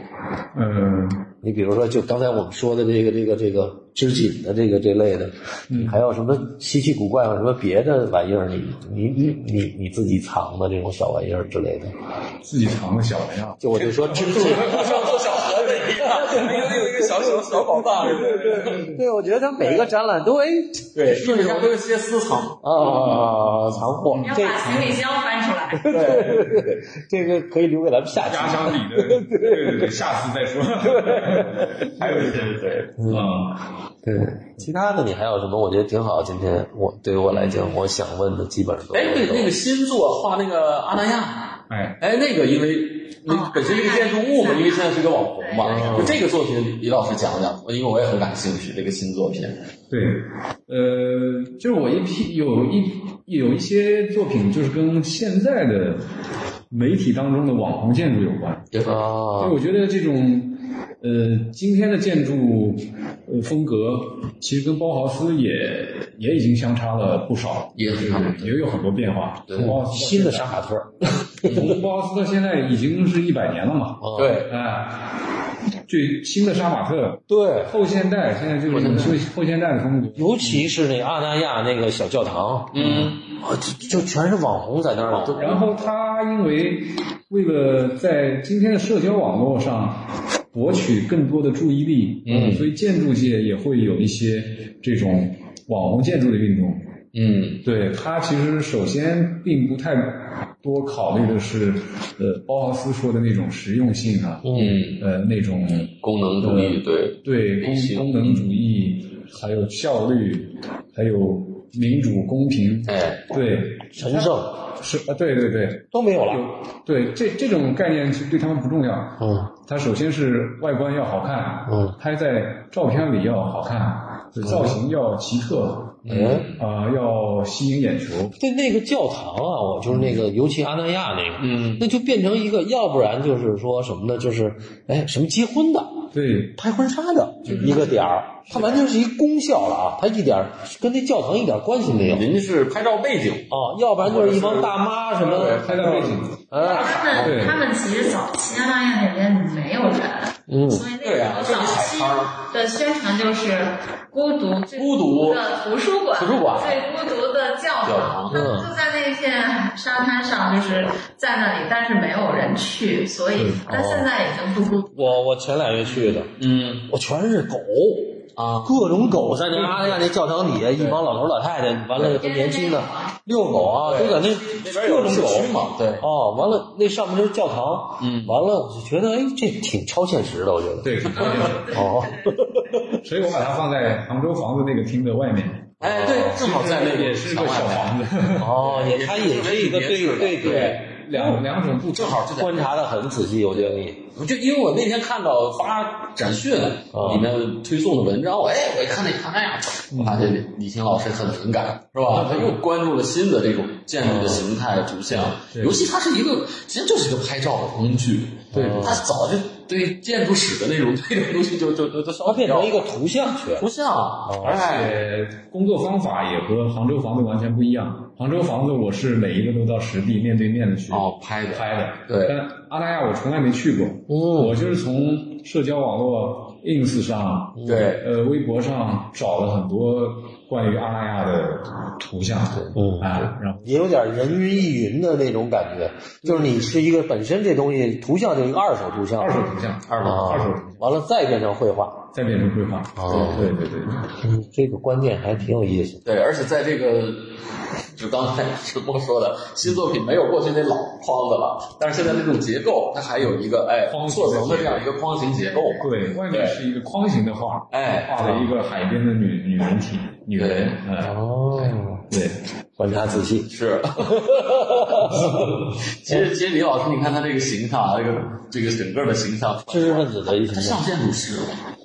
嗯，你比如说，就刚才我们说的这个这个这个织锦的这个这类的，嗯你还有什么稀奇古怪或者什么别的玩意儿？你你你你你自己藏的这种小玩意儿之类的？ 自己藏的小玩意儿，就我就说织做小盒子，个地方，一个一个小小小宝藏，对对对对，我觉得他每一个展览都哎对，顺下都是些私藏，啊藏货，要这把行李箱翻出来。这个可以留给咱们下期。压箱底的，对对对，下次再说。还有一些对，嗯，对，其他的你还有什么？我觉得挺好。今天我对于我来讲，我想问的基本上都哎，对，那个新作画那个阿那亚，哎，哎，那个因为那哦本身是个建筑物嘛，因为现在是个网红嘛，对就这个作品，李老师讲讲，因为我也很感兴趣这个新作品。对，呃，就是我一批有一有一些作品，就是跟现在的媒体当中的网红建筑有关。所啊以，我觉得这种，呃，今天的建筑呃风格，其实跟包豪斯也也已经相差了不少，也很大对也有很多变化。对从包豪斯新的沙卡特，从包豪斯到现在已经是一百年了嘛，啊对，哎，最新的杀马特，对，后现代，现在就是就是后现代的风格。尤其是那阿那亚那个小教堂，嗯，啊，就就全是网红在那儿都然后他因为为了在今天的社交网络上博取更多的注意力，嗯，所以建筑界也会有一些这种网红建筑的运动。嗯，对他其实首先并不太多考虑的是，呃，包豪斯说的那种实用性啊，嗯，呃，那种功能主义，对，对理性功功能主义，还有效率，还有民主公平，哎，对神圣是啊，对对对都没有了。对，这这种概念其实对他们不重要，嗯，它首先是外观要好看，嗯，拍在照片里要好看，嗯对造型要奇特，嗯，啊、要吸引眼球，对那个教堂啊，我就是那个，尤其阿那亚那个，嗯，那就变成一个，要不然就是说什么呢？就是哎，什么结婚的，对拍婚纱的嗯一个点儿，它完全是一功效了啊，它一点儿跟那教堂一点关系没有嗯人家是拍照背景，啊，要不然就是一帮大妈什么嗯对，的，拍照背景，哎，他对们他们其实早期啊阿那亚那边没有嗯人，所以那对时啊候就是早期海滩儿的宣传就是孤独、最孤独的图书馆、图书馆最孤独的教教堂，堂他嗯们就在那片沙滩上，就是在那里，但是没有人去，所以但现在已经不孤独。我我前俩月去的，嗯我全是狗。啊，各种狗在那阿那亚那教堂底下，一帮老头老太太，完了跟年轻的遛狗啊，都在那那边各有种社狗区嘛，对，哦，完了那上面就是教堂，嗯完了我就觉得哎，这挺超现实的，我觉得 对，很高兴哦，所以我把它放在杭州房子那个厅的外面，哎，对，正好在那也个是个外小面，房子，哦，也它也是一个也是对对的对，两两种嗯不正好就观察的很仔细，我觉得你就因为我那天看到发展讯哦啊里面推送的文章，哎，我一看那看那样，嗯我发现李李青老师很敏感，是吧？他又关注了新的这种建筑的形态、图像，哦对尤其它是一个，其实就是一个拍照的工具。对他早就对建筑史的那种 那种东西就就就就它消变掉成一了，个图像学，不像，啊哎，而且工作方法也和杭州房子完全不一样。杭州房子我是每一个都到实地面对面的去哦，拍的，拍的，对但阿那亚我从来没去过，哦我就是从社交网络 ins 上，对，呃，微博上找了很多关于阿那亚的图像，嗯啊，然后也有点人云亦云的那种感觉，就是你是一个本身这东西图像就是一个二手图像，二手图像，二手啊二手图像，完了再变成绘画，再变成绘画，哦对对对对，嗯，这个观念还挺有意思。对，而且在这个，就刚才石墨说的，新作品没有过去那老框子了，但是现在这种结构，它还有一个哎框形错的层的这样一个框形结构嘛。对，外面对是一个框形的画，哎画了一个海边的女女人体，女人，嗯，哦，对。观察仔细，是， 其实其实李老师，你看他这个形象，啊，这个这个整个的形象，知识分子的一他些像建筑师，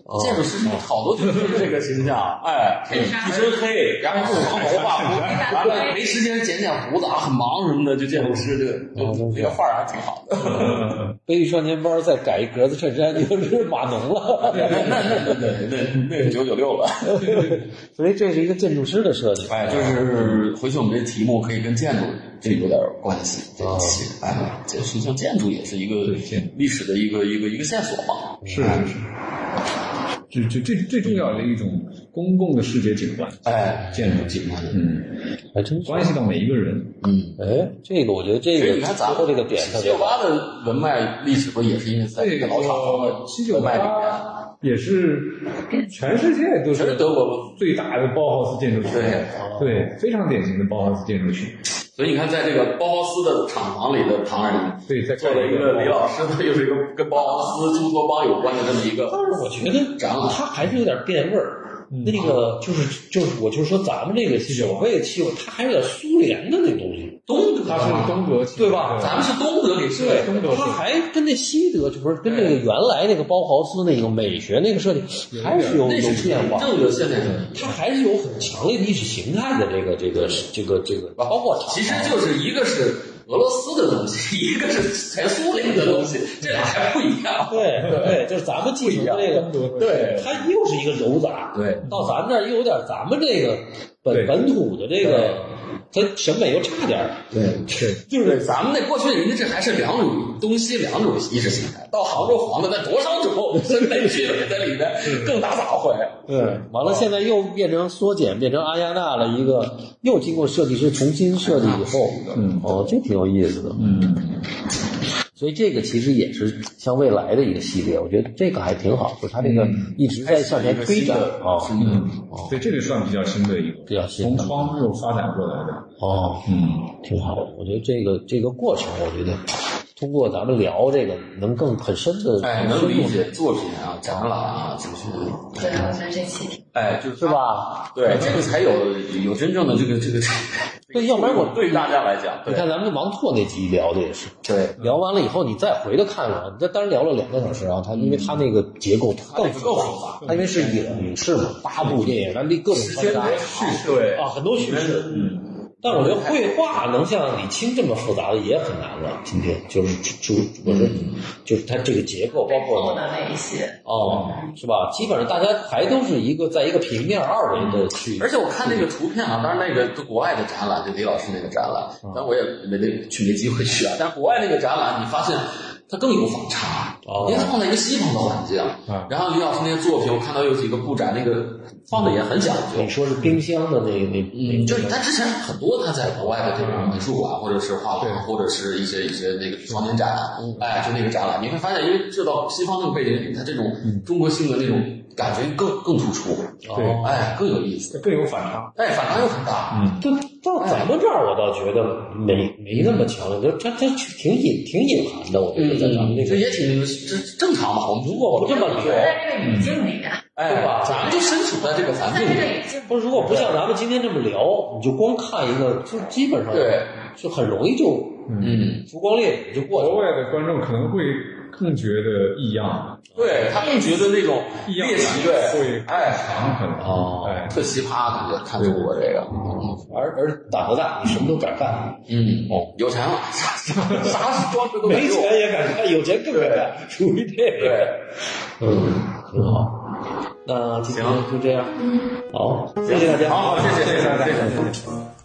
哦建筑师好多就是这个形象， 哎，一身黑，然后长头发，完了没时间剪剪胡子啊，很忙什么的，就建筑师这个这个画儿还挺好的。悲剧少年包，再改一格子衬衫就是码农了。 那 那那那那那九九六了。所以这是一个建筑师的设计。 哎，就是回去我们这题目可以跟建筑这有点关系，这一期哎，这实际上建筑也是一个历史的一个一个一个线索嘛。是是是，这这最最重要的一种公共的视觉景观，哎，建筑景观，嗯，还真是。关系到每一个人，嗯，哎，这个我觉得这其实个你看咱最后们这个点特七别九好。八的文脉历史不也是因为在这这个个老厂房的七九文脉里面？八也是全世界都全是是德国文最大的包豪斯建筑群，对对，非常典型的包豪斯建筑群，所以你看，在这个包豪斯的厂房里的唐人对，在做了一个李老师的，又是一个跟包豪斯乌托邦有关的这么一个，但是我觉得展览它还是有点变味儿。那个就是就是我就是说咱们这个所谓的气候，它还有点苏联的那东西，东德它是嘛，东德，对吧咱们是东德给设对计东德它是还跟那西德就不是跟那个原来那个包豪斯那个美学那个设计还是有那有是变化，正的现代主义。它还是有很强烈的意识形态的这个这个这个这啊个，包括其实就是一个是俄罗斯的东西，一个是前苏联的东西， 这俩还不一样。对对，就是咱们继承的这个，对，它又是一个糅杂，对，到咱这儿又有点咱们这个对本本土的这个，它审美又差点儿，就是咱们那过去人家这还是两种东西两种意识形态，到杭州黄的那多少种审美趣味在里面，更大杂烩。嗯，完了，现在又变成缩减，变成阿亚纳了一个，又经过设计师重新设计以后，嗯，哦，这挺有意思的，嗯，所以这个其实也是像未来的一个系列，我觉得这个还挺好，就是它这个嗯一直在向前推展啊，嗯，对，这个算比较新的一个，比较新从的窗户发展过来的，哦，嗯，挺好的，我觉得这个这个过程，我觉得通过咱们聊这个，能更很深的，哎，能理解作品啊、展览啊，就是对，我觉得这期挺哎，就是是？吧？对，这个才有有真正的这个 这个。对要不然我对于大家来讲，你对看咱们王拓那集聊的也是，对，聊完了以后，你再回头看看，这当然聊了两个小时啊，它因为它那个结构更复杂，它因为是影视嘛，八部电影，它那各种穿插对啊，很多叙事。嗯，但我觉得绘画能像李沁这么复杂的也很难了，今天就是就就我说就是它这个结构，包背后括的那一些，哦，是吧？基本上大家还都是一个在一个平面二维的去而且我看那个图片啊，当然那个都国外的展览，就李老师那个展览，但我也没那去没机会去啊。但国外那个展览，你发现它更有反差，哦因为它放在一个西方的环境嗯。然后李老师那个作品，我看到有几个布展，那个放的也很讲究你。说是冰箱的那那那嗯，就是他之前很多他在国外的这种美术馆，或者是画廊，或者是一些一些那个双年展，哎，就那个展览，你会发现，因为这到西方那个背景里，他这种中国性的那种感觉更更突出，对哎，更有意思，更有反差，哎，反差又很大，嗯，就到咱们这儿，我倒觉得没没那么强烈，就它它挺隐挺隐含的，我觉得在咱们那嗯这个。也挺这正常吧？我们如果不这么我聊觉，得在这个语境里面，哎对吧咱们就身处在这个环在境这里嗯个，语境不是如果不像咱们今天这么聊，你就光看一个，就基本上对，就很容易就嗯，浮光掠影就过国去了。外的观众可能会更觉得异样，对他们觉得那种异样猎奇，感对，会哎，强可能，哦哎，特奇葩感觉，看中国这个，而而胆子大，你什么都敢干，嗯，有钱了， 啥啥啥装饰都敢没用。钱也敢干，有钱更敢干，属于这个。嗯对，嗯，挺好。那今天行就这样，好，谢谢大家，好好，谢谢，谢谢，谢谢。